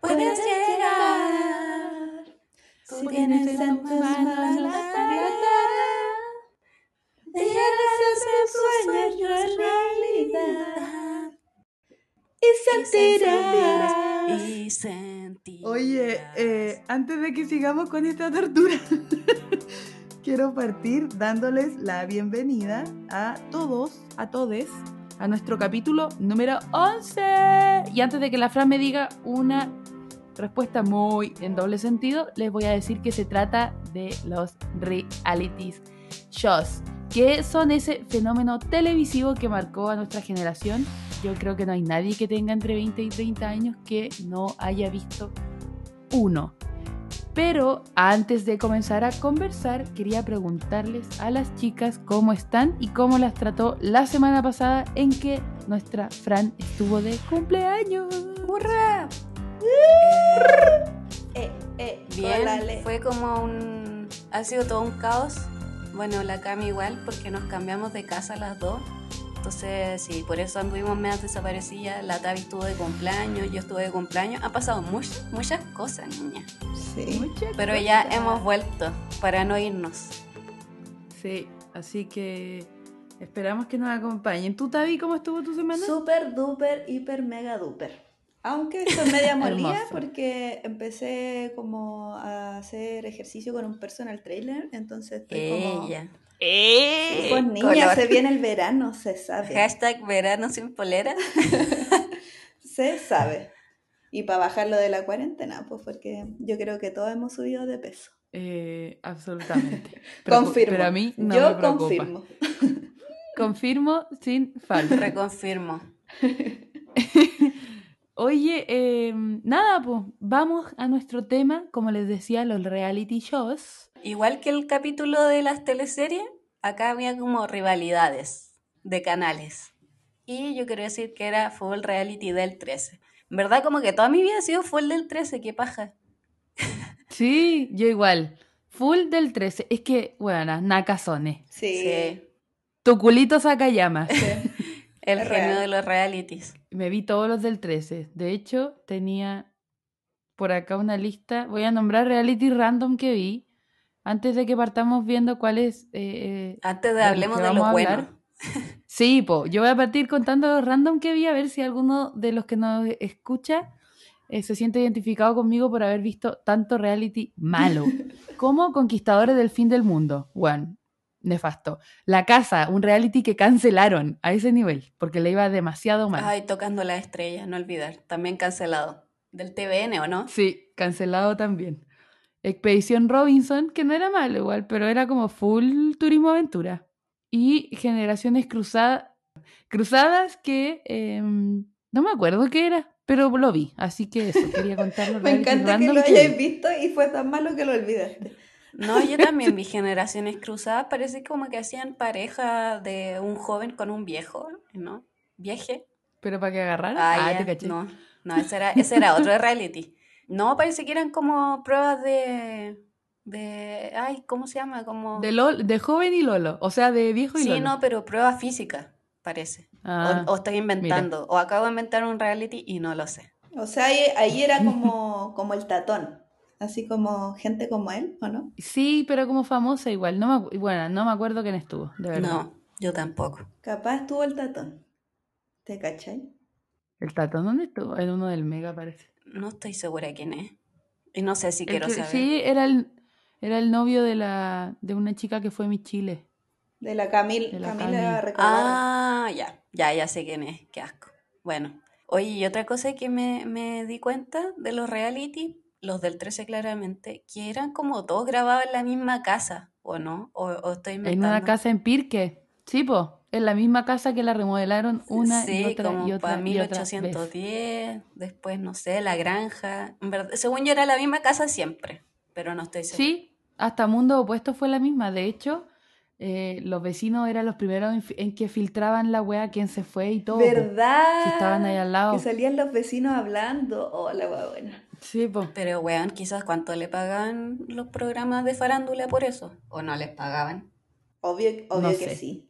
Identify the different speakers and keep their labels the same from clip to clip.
Speaker 1: puedes llegar. Tú tienes en tus manos la plata. Y harás que sueños en realidad. Y sentirás. Y sentirás.
Speaker 2: Oye, eh, antes de que sigamos con esta tortura, quiero partir dándoles la bienvenida a todos, a todes, a nuestro capítulo número 11. Y antes de que la Fran me diga una respuesta muy en doble sentido, les voy a decir que se trata de los realities shows, que son ese fenómeno televisivo que marcó a nuestra generación. Yo creo que no hay nadie que tenga entre 20 y 30 años que no haya visto uno. Pero antes de comenzar a conversar, quería preguntarles a las chicas cómo están y cómo las trató la semana pasada en que nuestra Fran estuvo de cumpleaños.
Speaker 1: ¡Hurra!
Speaker 3: Eh, eh,
Speaker 1: Bien,
Speaker 3: órale.
Speaker 1: fue como un... Ha sido todo un caos. Bueno, la cama igual, porque nos cambiamos de casa las dos. Entonces, sí, por eso anduvimos medias desaparecidas. La Tavi estuvo de cumpleaños, yo estuve de cumpleaños. Ha pasado muchas, muchas cosas, niña.
Speaker 3: Sí.
Speaker 2: Muchas
Speaker 1: Pero ya
Speaker 2: cosas.
Speaker 1: hemos vuelto para no irnos.
Speaker 2: Sí, así que esperamos que nos acompañen. ¿Tú, Tavi, cómo estuvo tu semana?
Speaker 3: Super duper, hiper, mega duper. Aunque estoy media molida
Speaker 2: Hermoso.
Speaker 3: porque empecé como a hacer ejercicio con un personal trailer, entonces estoy
Speaker 1: Ella.
Speaker 3: como... Pues niña,
Speaker 1: color.
Speaker 3: se viene el verano, se sabe.
Speaker 1: Hashtag verano sin polera.
Speaker 3: se sabe. Y para bajarlo de la cuarentena, pues porque yo creo que todos hemos subido de peso.
Speaker 2: Eh, absolutamente. Pero,
Speaker 3: Confirmo.
Speaker 2: Pero a mí no
Speaker 3: yo
Speaker 2: me preocupa.
Speaker 3: confirmo.
Speaker 2: Confirmo sin falta.
Speaker 1: Reconfirmo.
Speaker 2: Oye, eh, nada, pues vamos a nuestro tema, como les decía, los reality shows.
Speaker 1: Igual que el capítulo de las teleseries, acá había como rivalidades de canales. Y yo quiero decir que era Full Reality del 13. En verdad, como que toda mi vida ha sido Full del 13, qué paja.
Speaker 2: Sí, yo igual. Full del 13. Es que, bueno, nacazones.
Speaker 3: Sí.
Speaker 2: Tu culito saca llamas.
Speaker 3: sí.
Speaker 1: El
Speaker 3: Es
Speaker 1: genio
Speaker 3: real.
Speaker 1: de los realities.
Speaker 2: Me vi todos los del 13. De hecho, tenía por acá una lista. Voy a nombrar reality random que vi. Antes de que partamos viendo cuáles. eh, eh,
Speaker 1: Antes de
Speaker 2: Bueno,
Speaker 1: hablemos
Speaker 2: ¿qué
Speaker 1: de
Speaker 2: vamos
Speaker 1: lo
Speaker 2: a
Speaker 1: bueno.
Speaker 2: hablar? Sí, po. Yo voy a partir contando los random que vi, a ver si alguno de los que nos escucha eh, se siente identificado conmigo por haber visto tanto reality malo. Como Conquistadores del Fin del Mundo. Bueno, nefasto. La Casa, un reality que cancelaron a ese nivel, porque le iba demasiado mal.
Speaker 1: Ay, tocando la estrella, no olvidar. También cancelado. Del TVN, ¿o no?
Speaker 2: Sí, cancelado también. Expedición Robinson, que no era malo igual, pero era como full turismo aventura. Y Generaciones Cruzadas, Cruzadas que em, no me acuerdo qué era, pero lo vi, así que eso, quería contarlo.
Speaker 3: Me encanta que lo hayáis visto y fue tan malo que lo olvidaste.
Speaker 1: No, yo también vi generaciones cruzadas. Parece como que hacían pareja de un joven con un viejo, ¿no? Vieje.
Speaker 2: Pero para que agarrara.
Speaker 1: Ah,
Speaker 2: Ah,
Speaker 1: ya,
Speaker 2: te caché.
Speaker 1: No, no, ese era, ese era otro reality. No, parece que eran como pruebas de. de ay, ¿cómo se llama? Como.
Speaker 2: De, Lol- de joven y Lolo, o sea, de viejo y
Speaker 1: sí,
Speaker 2: Lolo.
Speaker 1: no, pero pruebas físicas, parece. O-
Speaker 2: Ah,
Speaker 1: o, estoy inventando. O acabo de inventar un reality y no lo sé.
Speaker 3: O sea, ahí, ahí era como, como el tatón, así como gente como él, ¿o no?
Speaker 2: Sí, pero como famosa igual. No me, acu- bueno, no me acuerdo quién estuvo, de verdad.
Speaker 1: No, yo tampoco.
Speaker 3: Capaz estuvo el tatón. ¿Te cachai?
Speaker 2: El tatón, ¿dónde estuvo? En uno del Mega, parece.
Speaker 1: No estoy segura quién es. Y no sé si
Speaker 2: El
Speaker 1: quiero
Speaker 2: que-
Speaker 1: saber.
Speaker 2: Sí, era el, era el novio de, la, de una chica que fue mi Chile.
Speaker 3: De la, Camil,
Speaker 2: De la
Speaker 3: Camila
Speaker 2: Cami.
Speaker 3: Recobar.
Speaker 1: Ah, ya, ya, ya sé quién es, qué asco. Bueno, oye, y otra cosa que me, me di cuenta de los reality, los del 13 claramente, que eran como todos grabados en la misma casa, ¿o no? ¿O, o estoy
Speaker 2: En
Speaker 1: inventando?
Speaker 2: una casa en Pirque. Sí, po. En la misma casa que la remodelaron una y
Speaker 1: Sí,
Speaker 2: otra
Speaker 1: como
Speaker 2: y otra
Speaker 1: para
Speaker 2: y otra vez.
Speaker 1: 1810, después, no sé, La Granja. En verdad, según yo era la misma casa siempre, pero no estoy segura.
Speaker 2: Sí, hasta Mundo Opuesto fue la misma. De hecho, eh, los vecinos eran los primeros en, fi- en que filtraban la wea quién se fue y todo. po.
Speaker 3: ¿Verdad?
Speaker 2: Si estaban ahí al lado.
Speaker 3: Que salían los vecinos hablando. Oh, la hueá buena.
Speaker 2: Sí, po.
Speaker 1: Pero, weón, quizás cuánto le pagaban los programas de farándula por eso, o no les pagaban.
Speaker 3: Obvio, obvio
Speaker 2: No
Speaker 3: que
Speaker 2: sé.
Speaker 3: sí.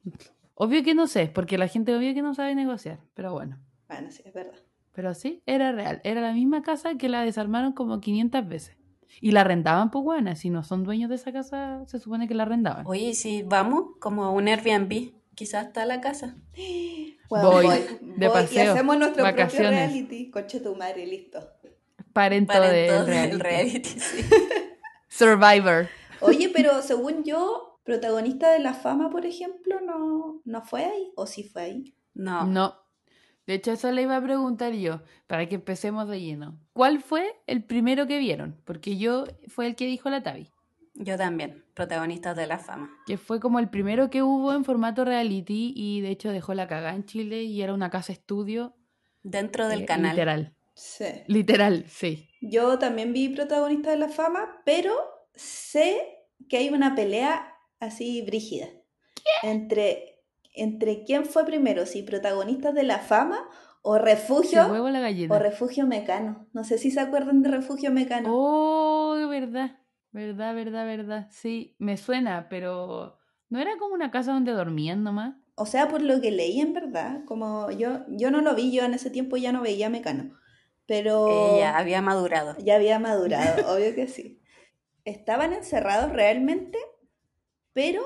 Speaker 2: Obvio que no sé, porque la gente obvio que no sabe negociar. Pero bueno.
Speaker 3: Bueno, sí, es verdad.
Speaker 2: Pero sí, era real. Era la misma casa que la desarmaron como 500 veces. Y la arrendaban, pues bueno, si no son dueños de esa casa, se supone que la arrendaban.
Speaker 1: Oye, ¿y si vamos como a un Airbnb, quizás está la casa.
Speaker 3: Bueno,
Speaker 2: Voy,
Speaker 3: voy y
Speaker 2: de paseo,
Speaker 3: hacemos nuestro propio
Speaker 2: vacaciones.
Speaker 3: reality. Coche tu madre, listo.
Speaker 2: Parento
Speaker 1: Para
Speaker 2: del
Speaker 1: entonces el
Speaker 2: reality.
Speaker 1: reality, sí.
Speaker 2: Survivor.
Speaker 3: Oye, pero según yo, protagonista de La Fama, por ejemplo, no, no fue ahí. ¿O sí fue ahí?
Speaker 1: No.
Speaker 2: No. De hecho, eso le iba a preguntar yo, para que empecemos de lleno. ¿Cuál fue el primero que vieron? Porque yo fue el que dijo la Tavi,
Speaker 1: yo también, protagonistas de la fama.
Speaker 2: que fue como el primero que hubo en formato reality y de hecho dejó la cagada en Chile y era una casa estudio.
Speaker 1: Dentro del
Speaker 2: eh,
Speaker 1: canal.
Speaker 2: Literal.
Speaker 3: Sí.
Speaker 2: Literal, sí.
Speaker 3: Yo también vi protagonista de La Fama, pero sé que hay una pelea así brígida. Entre, entre quién fue primero, si protagonista de La Fama o
Speaker 2: Se
Speaker 3: Refugio
Speaker 2: huevo la gallina.
Speaker 3: o Refugio Mecano. No sé si se acuerdan de Refugio Mecano.
Speaker 2: Oh, verdad, verdad, verdad, verdad. Sí, me suena, pero no era como una casa donde dormían nomás.
Speaker 3: O sea, por lo que leí en verdad, como yo, yo no lo vi, yo en ese tiempo ya no veía Mecano, pero
Speaker 1: Ella había madurado.
Speaker 3: ya había madurado, obvio que sí. Estaban encerrados realmente, pero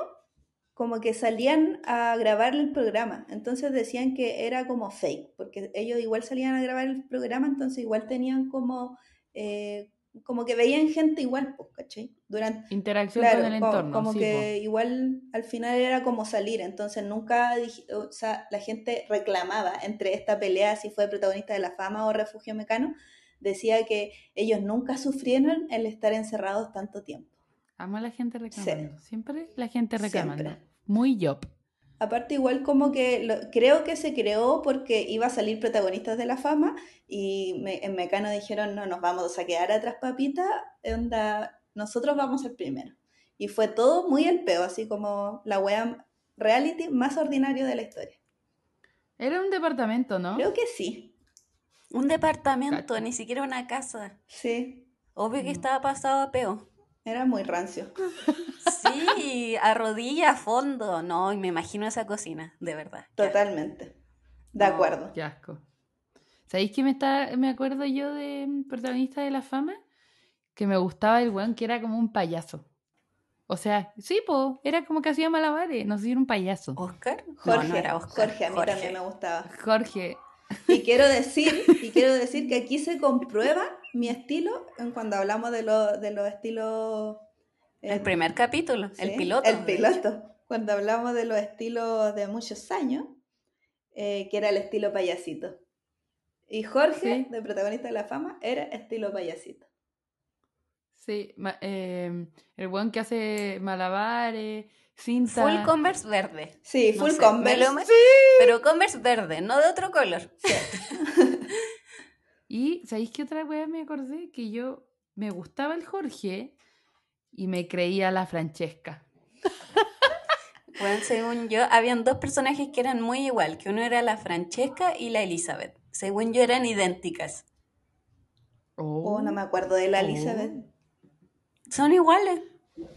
Speaker 3: como que salían a grabar el programa. Entonces decían que era como fake, porque ellos igual salían a grabar el programa, entonces igual tenían como, eh, como que veían gente igual, pues, ¿cachai? Durante,
Speaker 2: Interacción
Speaker 3: Claro,
Speaker 2: con el
Speaker 3: co-
Speaker 2: entorno.
Speaker 3: como
Speaker 2: sí, po.
Speaker 3: que igual al final era como salir, entonces nunca dij- o sea, la gente reclamaba entre esta pelea si fue protagonista de la fama o refugio mecano, decía que ellos nunca sufrieron el estar encerrados tanto tiempo.
Speaker 2: Amo a la gente reclamando. Siempre la gente reclamando.
Speaker 3: Siempre.
Speaker 2: Muy job.
Speaker 3: Aparte igual como que lo- creo que se creó porque iba a salir protagonistas de la fama y me- en Mecano dijeron no nos vamos a quedar atrás papita, onda, nosotros vamos al primero. Y fue todo muy el peo, así como la wea reality más ordinario de la historia.
Speaker 2: Era un departamento, ¿no?
Speaker 3: Creo que sí,
Speaker 1: Un departamento,
Speaker 2: Cacha. Mm.
Speaker 1: ni siquiera una casa.
Speaker 3: sí,
Speaker 1: Obvio que
Speaker 2: No.
Speaker 1: estaba pasado a peo.
Speaker 3: era muy rancio.
Speaker 1: Sí, a rodilla, a fondo. No, y me imagino esa cocina, de verdad. Ya.
Speaker 3: Totalmente. De
Speaker 1: No,
Speaker 3: acuerdo.
Speaker 2: Qué asco. ¿Sabéis que me está, me acuerdo yo de mm, protagonista de la fama? Que me gustaba el weón que era como un payaso. O sea, sí, po, era como que hacía malabares, no sé si era un payaso.
Speaker 3: Oh.
Speaker 1: ¿Oscar?
Speaker 3: Jorge,
Speaker 1: no, no era Oscar.
Speaker 3: Jorge, a mí también me gustaba.
Speaker 2: Jorge,
Speaker 3: Y quiero decir, y quiero decir que aquí se comprueba mi estilo en cuando hablamos de los de los estilos eh,
Speaker 1: El primer capítulo, el
Speaker 3: ¿sí?
Speaker 1: piloto.
Speaker 3: El
Speaker 1: de hecho.
Speaker 3: piloto. Cuando hablamos de los estilos de muchos años, eh, que era el estilo payasito. Y Jorge,
Speaker 2: Sí.
Speaker 3: de protagonista de la fama, era estilo payasito.
Speaker 2: sí, ma- eh, el weón que hace malabares, cinta.
Speaker 1: Full Converse verde.
Speaker 3: Sí,
Speaker 1: No
Speaker 3: full
Speaker 1: sé, me
Speaker 3: converse.
Speaker 1: lo imag- Pero Converse verde, no de otro color.
Speaker 2: Y ¿sabéis qué otra weá me acordé? Que yo me gustaba el Jorge y me creía la Francesca.
Speaker 1: Bueno, según yo, habían dos personajes que eran muy igual, que uno era la Francesca y la Elizabeth. Según yo eran idénticas.
Speaker 2: Oh,
Speaker 3: Oh, no me acuerdo de la
Speaker 2: Oh.
Speaker 3: Elizabeth.
Speaker 1: Son iguales.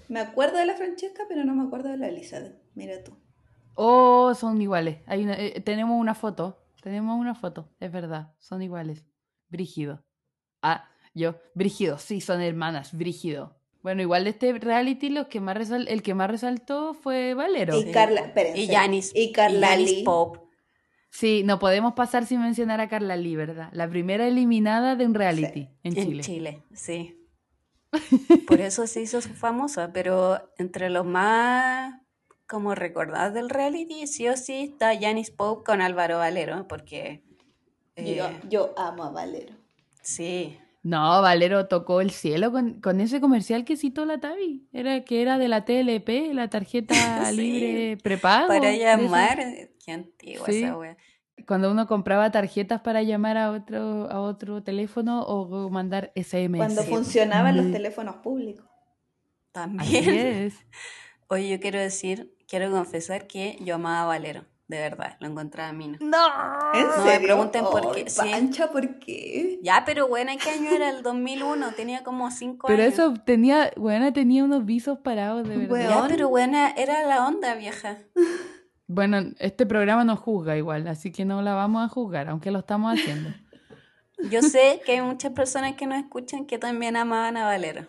Speaker 3: Me acuerdo de la Francesca, pero no me acuerdo de la Elizabeth. Mira tú.
Speaker 2: Oh, son iguales. Hay una- eh, tenemos una foto. Tenemos una foto. Es verdad. Son iguales. Brígido. Ah, yo. Brígido. Sí, son hermanas. Brígido. Bueno, igual de este reality, los que más resal- el que más resaltó fue Valero.
Speaker 3: Y Carla, espérense.
Speaker 1: Y Janis.
Speaker 3: Y Carla
Speaker 1: Janis
Speaker 3: Lee.
Speaker 1: Pop.
Speaker 2: Sí, no podemos pasar sin mencionar a Carla Lee, ¿verdad? La primera eliminada de un reality en Chile.
Speaker 1: En Chile, sí. Por eso se hizo famosa, pero entre los más como recordados del reality, sí o sí está Janis Pope con Álvaro Valero, porque eh,
Speaker 3: Yo, yo amo a Valero.
Speaker 1: sí,
Speaker 2: No, Valero tocó el cielo con, con ese comercial que citó la Tavi. Era que era de la TLP, la tarjeta
Speaker 1: Sí,
Speaker 2: libre prepago.
Speaker 1: para
Speaker 2: de esas.
Speaker 1: llamar, qué antigua
Speaker 2: Sí.
Speaker 1: esa wea.
Speaker 2: Cuando uno compraba tarjetas para llamar a otro, a otro teléfono o mandar SMS.
Speaker 3: Cuando
Speaker 1: Sí.
Speaker 3: funcionaban los
Speaker 2: Mm.
Speaker 3: teléfonos públicos.
Speaker 2: Así
Speaker 1: También.
Speaker 2: es.
Speaker 1: Oye, yo quiero decir, quiero confesar que yo amaba a Valero, de verdad, lo encontraba a mí.
Speaker 3: ¿En
Speaker 1: No me
Speaker 3: serio?
Speaker 1: pregunten por qué,
Speaker 3: Ay,
Speaker 1: sí.
Speaker 3: Pancha, ¿por qué?
Speaker 1: Ya, pero bueno, ¿en qué año era? El 2001, tenía como 5
Speaker 2: Pero
Speaker 1: años.
Speaker 2: eso tenía, bueno, tenía unos visos parados de verdad.
Speaker 3: Weón.
Speaker 1: Ya, pero buena, era la onda vieja.
Speaker 2: Bueno, este programa nos juzga igual, así que no la vamos a juzgar, aunque lo estamos haciendo.
Speaker 1: Yo sé que hay muchas personas que nos escuchan que también amaban a Valero.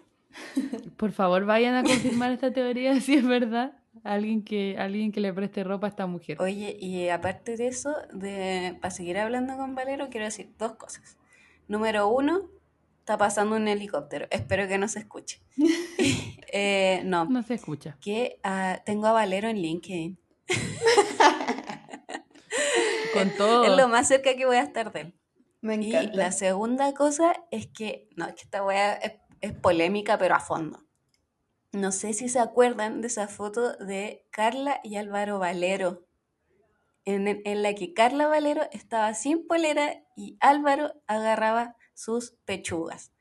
Speaker 2: Por favor, vayan a confirmar esta teoría si es verdad. Alguien que, alguien que le preste ropa a esta mujer.
Speaker 1: Oye, y aparte de eso, de, para seguir hablando con Valero, quiero decir dos cosas. Número uno, está pasando un helicóptero. Espero que no se escuche. Eh, no,
Speaker 2: No se escucha.
Speaker 1: que ah, tengo a Valero en LinkedIn.
Speaker 2: Con todo.
Speaker 1: Es lo más cerca que voy a estar de él.
Speaker 3: Oh. Me
Speaker 1: Y
Speaker 3: encanta.
Speaker 1: la segunda cosa es que, no, es que esta weá es, es polémica, pero a fondo. No sé si se acuerdan de esa foto de Carla y Álvaro Valero, en, en la que Carla Valero estaba sin polera y Álvaro agarraba sus pechugas.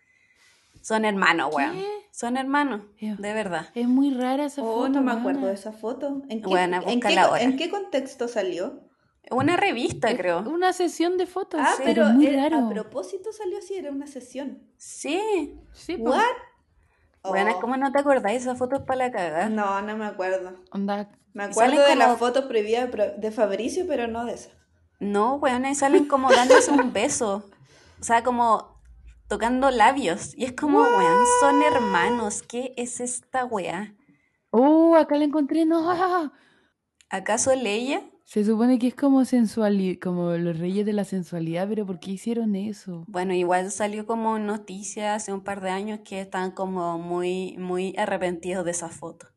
Speaker 1: Son hermanos, weón.
Speaker 2: ¿Qué?
Speaker 1: Son hermanos,
Speaker 2: Dios.
Speaker 1: de verdad.
Speaker 2: Es muy rara esa
Speaker 3: Oh,
Speaker 2: foto.
Speaker 3: no me
Speaker 2: weona.
Speaker 3: acuerdo de esa foto. ¿En qué,
Speaker 1: Buena,
Speaker 3: en qué,
Speaker 1: búscala
Speaker 3: co-
Speaker 1: ahora.
Speaker 3: en qué contexto salió?
Speaker 1: Una revista,
Speaker 2: Es
Speaker 1: creo.
Speaker 2: Una sesión de fotos.
Speaker 3: Ah,
Speaker 1: sí,
Speaker 3: pero
Speaker 2: es muy
Speaker 3: era-
Speaker 2: raro.
Speaker 3: a propósito salió así, era una sesión.
Speaker 1: Sí.
Speaker 2: Sí, po.
Speaker 3: ¿What?
Speaker 1: Buena,
Speaker 3: Oh,
Speaker 1: ¿cómo no te acordáis? Esa foto es para la cagada.
Speaker 3: No, no me acuerdo.
Speaker 2: Onda,
Speaker 3: Me
Speaker 1: Y
Speaker 3: acuerdo
Speaker 1: salen
Speaker 3: de las
Speaker 1: como-
Speaker 3: fotos prohibidas pro- de Fabricio, pero no de esa.
Speaker 1: No, weón, ahí salen como dándose un beso. O sea, como tocando labios. Y es como, weón, son hermanos. ¿Qué es esta weá?
Speaker 2: Uh, acá la encontré, no.
Speaker 1: ¿Acaso Leia?
Speaker 2: Se supone que es como sensualidad, como los reyes de la sensualidad, pero ¿por qué hicieron eso?
Speaker 1: Bueno, igual salió como noticia hace un par de años que están como muy, muy arrepentidos de esa foto.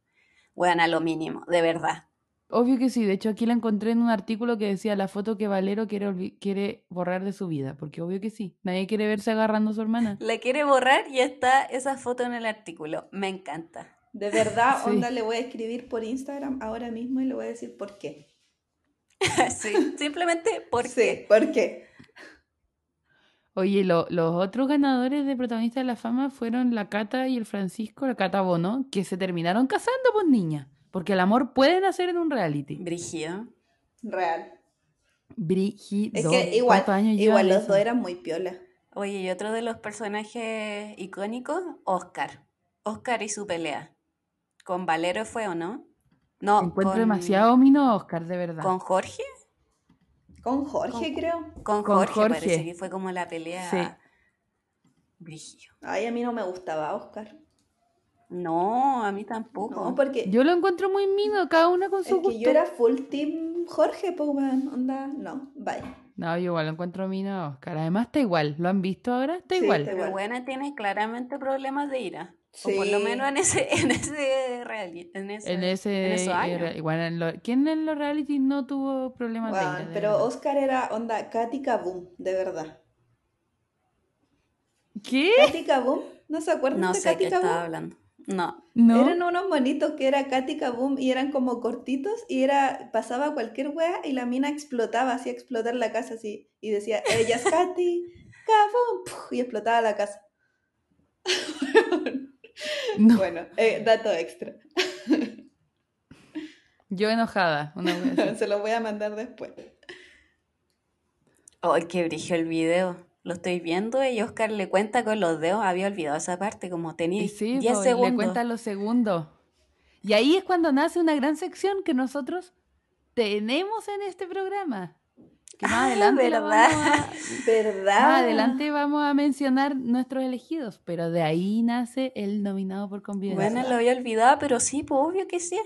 Speaker 1: Weón, a lo mínimo, de verdad.
Speaker 2: Obvio que sí, de hecho aquí la encontré en un artículo que decía la foto que Valero quiere, olvi- quiere borrar de su vida, porque obvio que sí, nadie quiere verse agarrando a su hermana.
Speaker 1: La quiere borrar y está esa foto en el artículo. Me encanta.
Speaker 3: De verdad,
Speaker 2: Sí.
Speaker 3: onda, le voy a escribir por Instagram ahora mismo y le voy a decir por qué.
Speaker 1: Sí, simplemente porque.
Speaker 3: Sí, ¿por qué?
Speaker 2: Oye, lo- los otros ganadores de protagonista de la fama fueron la Cata y el Francisco, la Cata Bono, que se terminaron casando, pues niña, porque el amor pueden hacer en un reality.
Speaker 1: Brígido.
Speaker 3: Real.
Speaker 2: Brigido,
Speaker 3: Es que igual,
Speaker 2: ¿cuántos años llevan
Speaker 3: igual los
Speaker 2: eso?
Speaker 3: dos eran muy piola.
Speaker 1: Oye, y otro de los personajes icónicos, Oscar. Oscar y su pelea. ¿Con Valero fue o no? No,
Speaker 2: Encuentro
Speaker 1: con,
Speaker 2: demasiado mino a Oscar, de verdad.
Speaker 1: ¿Con Jorge?
Speaker 3: Con Jorge,
Speaker 1: Con-
Speaker 3: creo.
Speaker 1: Con,
Speaker 2: Con
Speaker 1: Jorge,
Speaker 2: Jorge.
Speaker 1: parece que fue como la pelea.
Speaker 2: Sí.
Speaker 1: Brígido.
Speaker 3: Ay, a mí no me gustaba Oscar.
Speaker 1: No, a mí tampoco.
Speaker 3: No, porque
Speaker 2: Yo lo encuentro muy mino, cada una con
Speaker 3: es
Speaker 2: su
Speaker 3: que
Speaker 2: gusto.
Speaker 3: yo era full team Jorge, pues, weón, onda, no, bye.
Speaker 2: No, yo igual lo encuentro mino a Oscar. Además está igual, ¿lo han visto ahora? Está
Speaker 3: Sí,
Speaker 2: igual.
Speaker 3: está
Speaker 1: Pero
Speaker 3: igual.
Speaker 1: buena tiene claramente problemas de ira. O por lo
Speaker 3: Sí.
Speaker 1: menos en ese, en ese reality. En ese,
Speaker 2: En ese... eh,
Speaker 1: en esos años.
Speaker 2: era- igual en lo- ¿Quién en los reality no tuvo problemas de
Speaker 3: Weón,
Speaker 2: ira? de
Speaker 3: pero
Speaker 2: verdad?
Speaker 3: Oscar era onda Katy Kaboom, de verdad.
Speaker 2: ¿Qué?
Speaker 3: ¿Katy Kaboom? ¿No se acuerdan
Speaker 1: No
Speaker 3: de
Speaker 1: sé
Speaker 3: Katy
Speaker 1: qué estaba
Speaker 3: Kaboom?
Speaker 1: hablando. No.
Speaker 2: No.
Speaker 3: Eran unos bonitos que era Katy Kaboom y eran como cortitos y era pasaba cualquier wea y la mina explotaba, hacía explotar la casa así y decía, ella es Katy Kaboom puf, y explotaba la casa.
Speaker 2: No.
Speaker 3: Bueno, eh, dato extra,
Speaker 2: Yo enojada. una wea así.
Speaker 3: se lo voy a mandar después.
Speaker 1: Ay, qué brillo el video. Lo estoy viendo y Oscar le cuenta con los dedos. Había olvidado esa parte, como tenía
Speaker 2: Y sí,
Speaker 1: 10
Speaker 2: po, y le
Speaker 1: segundos.
Speaker 2: cuentan los segundos. Y ahí es cuando nace una gran sección que nosotros tenemos en este programa. Que más
Speaker 1: Ah,
Speaker 2: adelante la
Speaker 1: ¿verdad? Ah.
Speaker 2: vamos a-
Speaker 3: ¿Verdad?
Speaker 2: Más adelante vamos a mencionar nuestros elegidos, pero de ahí nace el nominado por convivencia.
Speaker 1: Bueno, lo había olvidado, pero sí, pues obvio que sí.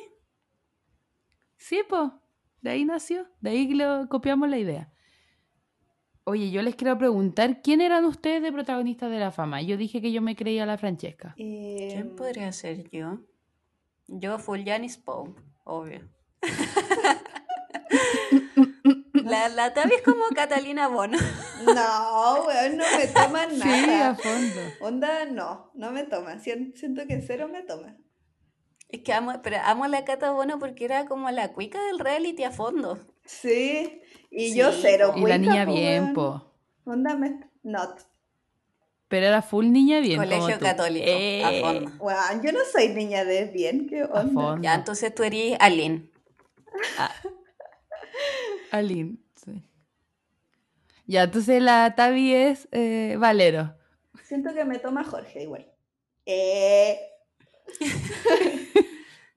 Speaker 2: Sí, po, de ahí nació, de ahí lo, copiamos la idea. Oye, yo les quiero preguntar, ¿quién eran ustedes de protagonistas de la fama? Yo dije que yo me creía la Francesca.
Speaker 3: Eh,
Speaker 1: ¿Quién podría ser yo? Yo, full Janis Pope, obvio. la, la Tavi es como Catalina Bono.
Speaker 3: No, weón, no me toma
Speaker 2: Sí, a
Speaker 3: nada.
Speaker 2: fondo.
Speaker 3: Onda, no, no me toma. Sien- Siento que cero me toma.
Speaker 1: Es que amo, pero amo a la Cata Bono porque era como la cuica del reality a fondo.
Speaker 3: Sí, y
Speaker 1: Sí,
Speaker 3: yo cero.
Speaker 1: po.
Speaker 2: Y
Speaker 3: cuica,
Speaker 2: la niña
Speaker 3: po,
Speaker 2: bien,
Speaker 3: weón.
Speaker 2: po.
Speaker 3: Onda, me... Not.
Speaker 2: Pero era full niña bien. como
Speaker 1: Colegio
Speaker 2: tú.
Speaker 1: católico,
Speaker 2: Eh,
Speaker 1: a fondo.
Speaker 3: Weón, yo no soy niña de bien, qué
Speaker 2: A
Speaker 3: onda.
Speaker 2: fondo.
Speaker 1: Ya, entonces tú eres Aline.
Speaker 2: Aline, sí. Ya, entonces la Tavi es eh, Valero.
Speaker 3: Siento que me toma Jorge igual. Eh.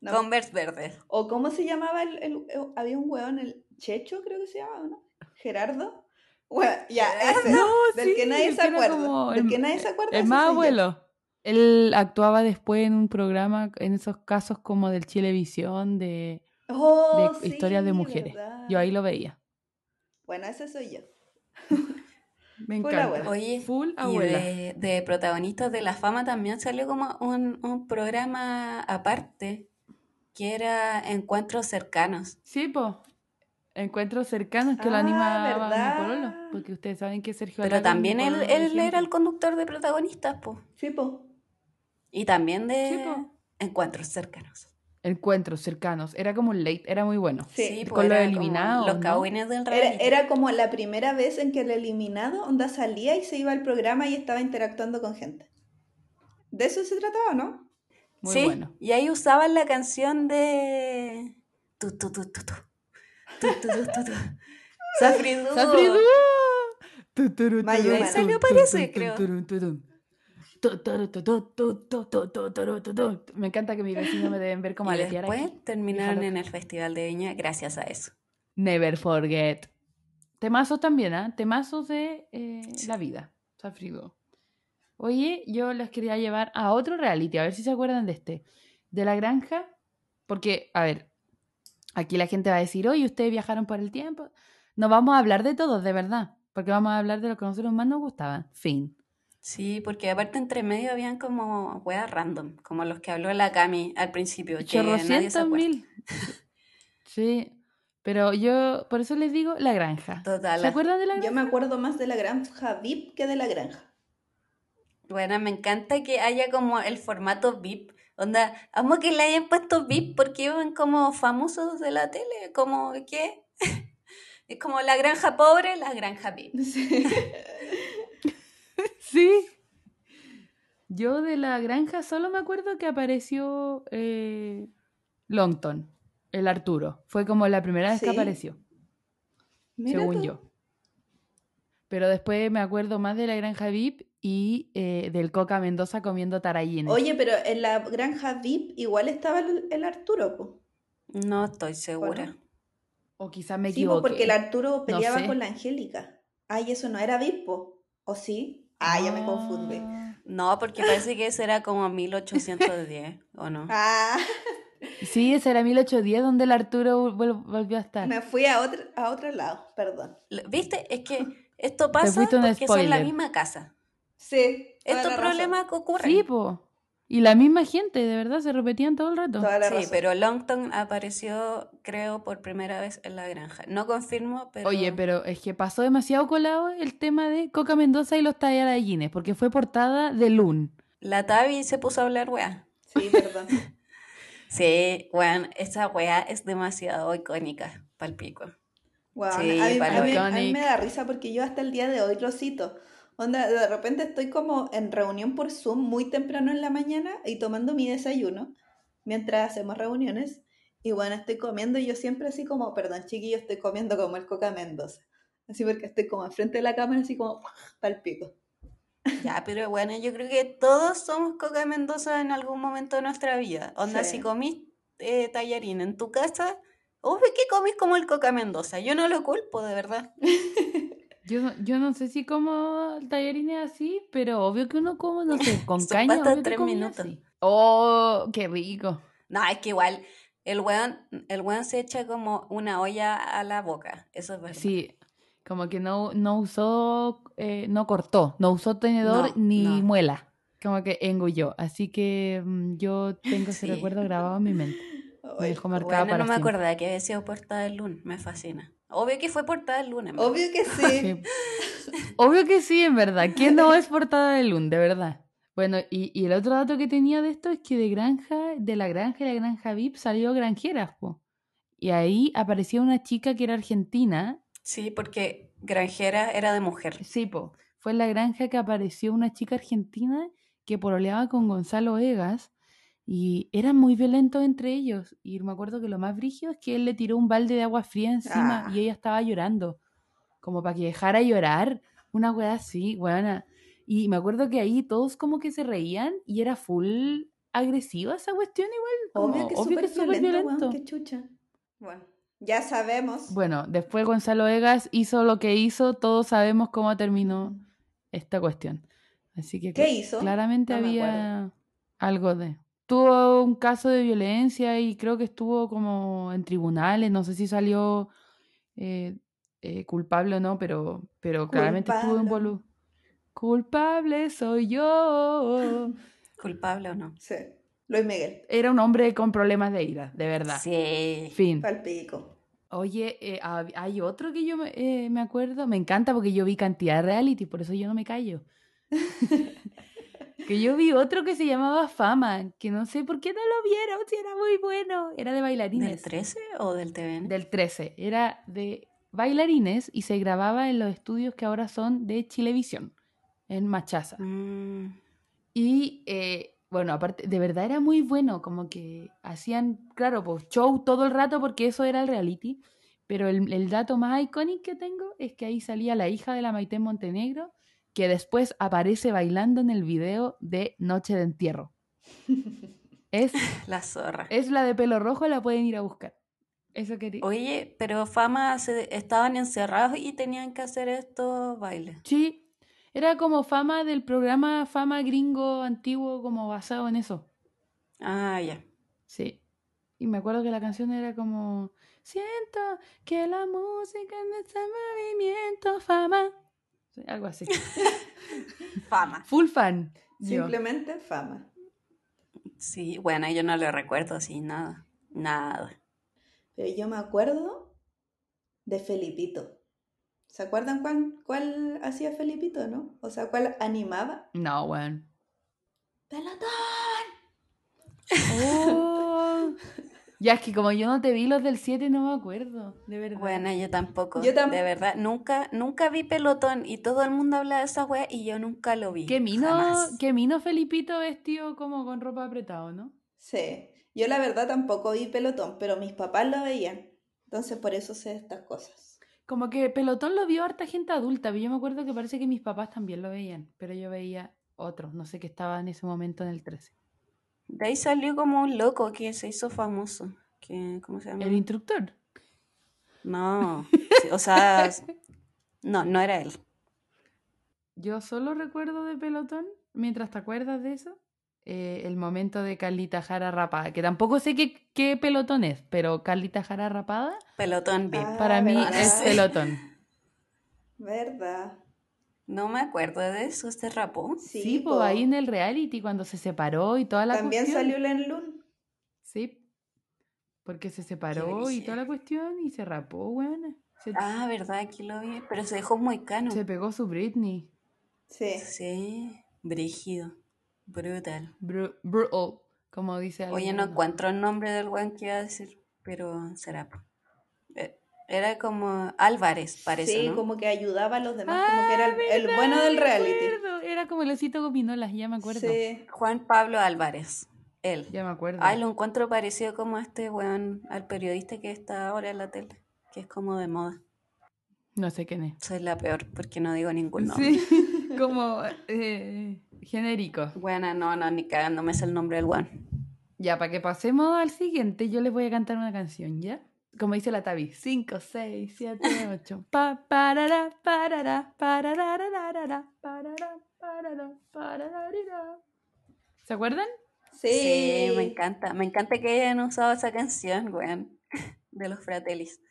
Speaker 3: No.
Speaker 1: Converse verde.
Speaker 3: ¿O cómo se llamaba el, el- Había un weón, el Checho creo que se llamaba, ¿no? Gerardo, Bueno, ya, ese.
Speaker 2: No,
Speaker 3: del que nadie
Speaker 2: el
Speaker 3: se
Speaker 2: era
Speaker 3: acuerda,
Speaker 2: como
Speaker 3: del
Speaker 2: el-
Speaker 3: que nadie se acuerda.
Speaker 2: El
Speaker 3: ese
Speaker 2: más
Speaker 3: soy yo.
Speaker 2: abuelo. Él actuaba después en un programa, en esos casos como del Chilevisión, de
Speaker 3: Oh,
Speaker 2: de historias de
Speaker 3: sí,
Speaker 2: mujeres.
Speaker 3: verdad.
Speaker 2: yo ahí lo veía.
Speaker 3: Bueno, ese soy yo.
Speaker 2: Me
Speaker 3: Full
Speaker 2: encanta.
Speaker 3: abuela.
Speaker 1: Oye,
Speaker 2: Full
Speaker 1: Y
Speaker 2: abuela.
Speaker 1: de, de protagonistas de la fama también salió como un, un programa aparte, que era Encuentros Cercanos.
Speaker 2: Sí, po. Encuentros cercanos que lo
Speaker 3: Ah,
Speaker 2: animaba
Speaker 3: ¿verdad?
Speaker 2: mi pololo, porque ustedes saben que Sergio
Speaker 1: Pero
Speaker 2: Alarcón, mi
Speaker 1: también él,
Speaker 2: pololo,
Speaker 1: él
Speaker 2: siempre.
Speaker 1: era el conductor de protagonistas, pues.
Speaker 3: Sí, po.
Speaker 1: Y también de
Speaker 2: Sí, po.
Speaker 1: Encuentros Cercanos.
Speaker 2: Encuentros cercanos, era como un late, era muy bueno.
Speaker 3: Sí.
Speaker 1: po,
Speaker 2: Con los
Speaker 1: era como
Speaker 2: eliminados,
Speaker 1: Los
Speaker 2: ¿no?
Speaker 1: cahuines del
Speaker 3: Era,
Speaker 1: reality.
Speaker 3: era como la primera vez en que el eliminado onda salía y se iba al programa y estaba interactuando con gente. De eso se trataba, ¿no?
Speaker 2: Muy
Speaker 1: Sí,
Speaker 2: bueno.
Speaker 1: y ahí usaban la canción de... Tu, tu, tu, tu, tu. Tu, tu, tu, tu, tu. Safridú.
Speaker 2: ¡Safridú! Tu, turu,
Speaker 3: Mayuna.
Speaker 2: turu,
Speaker 3: Ahí salió,
Speaker 2: tun,
Speaker 1: parece,
Speaker 2: tun, tun,
Speaker 1: creo.
Speaker 2: turun, turun. Tu, turu, tu, tu, tu, tu, tu, tu, turu, tu, tu. Me encanta que mis vecinos me deben ver como
Speaker 1: Y
Speaker 2: aletear
Speaker 1: después
Speaker 2: aquí.
Speaker 1: terminaron
Speaker 2: Hija
Speaker 1: en el Festival de Viña gracias a eso.
Speaker 2: Never forget. Temazos también, ¿ah? Temazos de eh, la vida. Safrido. Oye, yo los quería llevar a otro reality, a ver si se acuerdan de este. De la granja. Porque, a ver, aquí la gente va a decir, oye, ustedes viajaron por el tiempo. No vamos a hablar de todos, de verdad. Porque vamos a hablar de lo que a nosotros más nos gustaban. Fin.
Speaker 1: Sí, porque aparte entre medio habían como weas random, como los que habló la Cami al principio, que nadie se
Speaker 2: Chorrocientos
Speaker 1: acuerda.
Speaker 2: mil. Sí. Pero yo, por eso les digo, la granja.
Speaker 1: Total.
Speaker 2: ¿Se acuerdan de la granja?
Speaker 3: Yo me acuerdo más de la granja VIP que de la granja.
Speaker 1: Bueno, me encanta que haya como el formato VIP. Onda, amo que le hayan puesto VIP porque iban como famosos de la tele, como ¿qué? Es como la granja pobre, la granja VIP.
Speaker 3: Sí.
Speaker 2: Sí. Yo de la granja solo me acuerdo que apareció eh, Longton, el Arturo. Fue como la primera vez que
Speaker 3: Sí.
Speaker 2: apareció,
Speaker 3: Mira
Speaker 2: según
Speaker 3: tú.
Speaker 2: yo. Pero después me acuerdo más de la granja VIP y eh, del Coca Mendoza comiendo tarallines.
Speaker 3: Oye, pero en la granja VIP igual estaba el, el Arturo, po.
Speaker 1: No estoy segura.
Speaker 2: o quizás me
Speaker 3: Sí, po,
Speaker 2: equivoqué.
Speaker 3: porque el Arturo peleaba
Speaker 2: sé.
Speaker 3: con la Angélica. Ay, eso no era VIP, po. ¿O sí? Ah, ya me confundí.
Speaker 2: Ah.
Speaker 1: No, porque parece que ese era como 1810, ¿o no?
Speaker 3: Ah,
Speaker 2: Sí, ese era 1810 donde el Arturo vol- volvió a estar.
Speaker 3: me fui a otro, a otro lado, perdón.
Speaker 1: Lo- ¿Viste? Es que esto pasa
Speaker 2: fuiste un
Speaker 1: porque son la
Speaker 2: spoiler.
Speaker 1: misma casa.
Speaker 3: Sí. toda
Speaker 1: Estos
Speaker 3: la razón.
Speaker 1: problemas que ocurren.
Speaker 2: Sí, po. Y la misma gente, de verdad, se repetían todo el rato.
Speaker 3: Toda la
Speaker 1: Sí,
Speaker 3: razón.
Speaker 1: pero Longton apareció, creo, por primera vez en la granja. No confirmo, pero.
Speaker 2: Oye, pero es que pasó demasiado colado el tema de Coca Mendoza y los tallarallines, porque fue portada de Loon.
Speaker 1: La Tavi se puso a hablar, weá.
Speaker 3: Sí, perdón.
Speaker 1: Sí, weón, esa weá es demasiado icónica, palpico.
Speaker 3: Weón,
Speaker 1: Sí,
Speaker 3: a, mí, a mí- a mí
Speaker 2: Iconic.
Speaker 3: me da risa porque yo hasta el día de hoy lo cito. Onda, de repente estoy como en reunión por Zoom muy temprano en la mañana y tomando mi desayuno mientras hacemos reuniones. Y bueno, estoy comiendo y yo siempre así como, perdón, chiquillo, estoy comiendo como el Coca Mendoza. Así porque estoy como enfrente de la cámara, así como palpito.
Speaker 1: Ya, pero bueno, yo creo que todos somos Coca Mendoza en algún momento de nuestra vida. Onda,
Speaker 3: Sí.
Speaker 1: si comís eh, tallarín en tu casa, obvio que comís como el Coca Mendoza. Yo no lo culpo, de verdad.
Speaker 2: Yo, no- yo no sé si como tallarines así, pero obvio que uno como, no sé, con
Speaker 1: Son
Speaker 2: caña,
Speaker 1: pastas
Speaker 2: obvio que
Speaker 1: tres
Speaker 2: comía
Speaker 1: minutos.
Speaker 2: así. ¡Oh, qué rico!
Speaker 1: No, es que igual, el weón, el weón se echa como una olla a la boca. Eso es verdad.
Speaker 2: Sí, como que no, no usó, eh, no cortó, no usó tenedor
Speaker 1: No,
Speaker 2: ni
Speaker 1: no.
Speaker 2: muela, como que engulló. Así que mm, yo tengo ese
Speaker 1: Sí.
Speaker 2: recuerdo grabado en mi mente. Me
Speaker 3: Ay,
Speaker 2: dejó marcada
Speaker 1: Bueno,
Speaker 2: para
Speaker 1: no me
Speaker 2: siempre.
Speaker 1: acordaba que había sido portada del lunes, me fascina. Obvio que fue portada del lunes. man.
Speaker 3: Obvio que sí.
Speaker 2: Sí. Obvio que sí, en verdad. ¿Quién no es portada de Lund, de verdad? Bueno, y, y el otro dato que tenía de esto es que de granja, de la granja y la granja VIP salió granjeras, po. Y ahí aparecía una chica que era argentina.
Speaker 1: Sí, porque granjera era de mujer.
Speaker 2: Sí, po. Fue en la granja que apareció una chica argentina que poroleaba con Gonzalo Egas. Y eran muy violentos entre ellos. Y me acuerdo que lo más brígido es que él le tiró un balde de agua fría encima
Speaker 3: Ah.
Speaker 2: y ella estaba llorando. Como para que dejara llorar. Una wea así, weona. Y me acuerdo que ahí todos como que se reían y era full agresiva esa cuestión igual. como,
Speaker 3: Oh, Obvio que es súper
Speaker 2: súper
Speaker 3: violento, weón, qué chucha. Bueno, Ya sabemos.
Speaker 2: Bueno, después Gonzalo Egas hizo lo que hizo, todos sabemos cómo terminó esta cuestión. Así que
Speaker 3: ¿Qué hizo?
Speaker 2: claramente
Speaker 3: No me
Speaker 2: había algo de... Tuvo un caso de violencia y creo que estuvo como en tribunales, no sé si salió eh, eh, culpable o no, pero, pero claramente estuvo
Speaker 3: Culpable.
Speaker 2: involucrado. Culpable soy yo.
Speaker 1: ¿Culpable o no?
Speaker 3: Sí. Luis Miguel.
Speaker 2: Era un hombre con problemas de ira, de verdad.
Speaker 1: Sí.
Speaker 2: Fin.
Speaker 3: Palpico.
Speaker 2: Oye, eh, hab- hay otro que yo me, eh, me acuerdo, me encanta porque yo vi cantidad de reality, por eso yo no me callo. que yo vi otro que se llamaba Fama, que no sé por qué no lo vieron, si era muy bueno, era de
Speaker 1: ¿Del
Speaker 2: bailarines.
Speaker 1: 13 o del TVN?
Speaker 2: Del 13, era de bailarines y se grababa en los estudios que ahora son de Chilevisión, en Machaza.
Speaker 1: Mm,
Speaker 2: Y eh, bueno, aparte, de verdad era muy bueno, como que hacían, claro, pues show todo el rato porque eso era el reality. Pero el, el dato más icónico que tengo es que ahí salía la hija de la Maite Montenegro, que después aparece bailando en el video de Noche de Entierro. Es,
Speaker 1: la zorra.
Speaker 2: es la de pelo rojo, la pueden ir a buscar. Eso quería.
Speaker 1: Oye, pero fama, se, estaban encerrados y tenían que hacer estos bailes.
Speaker 2: Sí, era como fama del programa Fama Gringo antiguo, como basado en eso.
Speaker 1: Ah, ya.
Speaker 2: Sí. Y me acuerdo que la canción era como, siento que la música en este movimiento, fama. Sí, Algo así.
Speaker 1: Fama.
Speaker 2: Full fan. yo.
Speaker 3: Simplemente fama.
Speaker 1: Sí, bueno, yo no lo recuerdo así, nada. Nada.
Speaker 3: Pero yo me acuerdo de Felipito. ¿Se acuerdan cuán- cuál hacía Felipito, no? O sea, cuál animaba.
Speaker 2: No, weón.
Speaker 3: ¡Pelotón!
Speaker 2: Oh. ya es que como yo no te vi los del 7, no me acuerdo. De verdad.
Speaker 1: Bueno, yo tampoco.
Speaker 3: Yo tam-
Speaker 1: de verdad, nunca, nunca vi pelotón y todo el mundo habla de esa wea y yo nunca lo vi.
Speaker 2: Que mino,
Speaker 1: jamás.
Speaker 2: que mino Felipito vestido como con ropa apretado, ¿no?
Speaker 3: Sí. Yo la verdad tampoco vi pelotón, pero mis papás lo veían. Entonces por eso sé estas cosas.
Speaker 2: Como que Pelotón lo vio harta gente adulta, pero yo me acuerdo que parece que mis papás también lo veían, pero yo veía otros, no sé qué estaba en ese momento en el 13.
Speaker 1: De ahí salió como un loco que se hizo famoso. Que, ¿Cómo se llama?
Speaker 2: El instructor.
Speaker 1: No. sí, o sea, no, no era él.
Speaker 2: Yo solo recuerdo de pelotón, mientras te acuerdas de eso, eh, el momento de Carlita Jara rapada, que tampoco sé qué, qué pelotón es, pero Carlita Jara rapada
Speaker 1: Pelotón VIP.
Speaker 3: Ah,
Speaker 2: para mí
Speaker 3: ¿verdad?
Speaker 2: es pelotón.
Speaker 3: ¿Verdad?
Speaker 1: No me acuerdo de eso, este rapón.
Speaker 2: Sí,
Speaker 3: po.
Speaker 2: pues ahí en el reality cuando se separó y toda la
Speaker 3: También
Speaker 2: cuestión.
Speaker 3: salió Len Lun.
Speaker 2: Sí, porque se separó y
Speaker 1: brillo.
Speaker 2: toda la cuestión y se rapó, weón. Se,
Speaker 1: Ah, verdad, aquí lo vi, pero se dejó muy cano.
Speaker 2: se
Speaker 1: Sí,
Speaker 2: pegó su Britney.
Speaker 3: Sí.
Speaker 1: brígido, brutal.
Speaker 2: Bru- brutal, como dice
Speaker 1: Oye,
Speaker 2: alguien
Speaker 1: no
Speaker 2: acá.
Speaker 1: encuentro el nombre del weón que iba a decir, pero será. po. Eh, Era como Álvarez, parece,
Speaker 3: Sí,
Speaker 1: ¿no?
Speaker 3: como que ayudaba a los demás, como que era el, el
Speaker 2: Ah, ¿Verdad?
Speaker 3: bueno del
Speaker 2: Me
Speaker 3: reality.
Speaker 2: acuerdo. Era como el osito gominolas, ya me acuerdo.
Speaker 3: Sí.
Speaker 1: Juan Pablo Álvarez, él.
Speaker 2: Ya me acuerdo.
Speaker 1: Ay, lo encuentro parecido como a este weón, al periodista que está ahora en la tele, que es como de moda.
Speaker 2: No sé quién es.
Speaker 1: Soy la peor porque Pues no digo ningún nombre.
Speaker 2: Sí, como eh, genérico.
Speaker 1: Bueno, no, no, ni cagándome es el nombre del weón.
Speaker 2: Ya, para que pasemos al siguiente, yo les voy a cantar una canción, ¿ya? Como dice la Tabi. 5, 6, 7, 8. Pa, parará, parará, parararararara, parará, parará, parararira. ¿Se acuerdan?
Speaker 3: Sí.
Speaker 1: Sí, me encanta. Me encanta que hayan usado esa canción, weón. De los fratellis.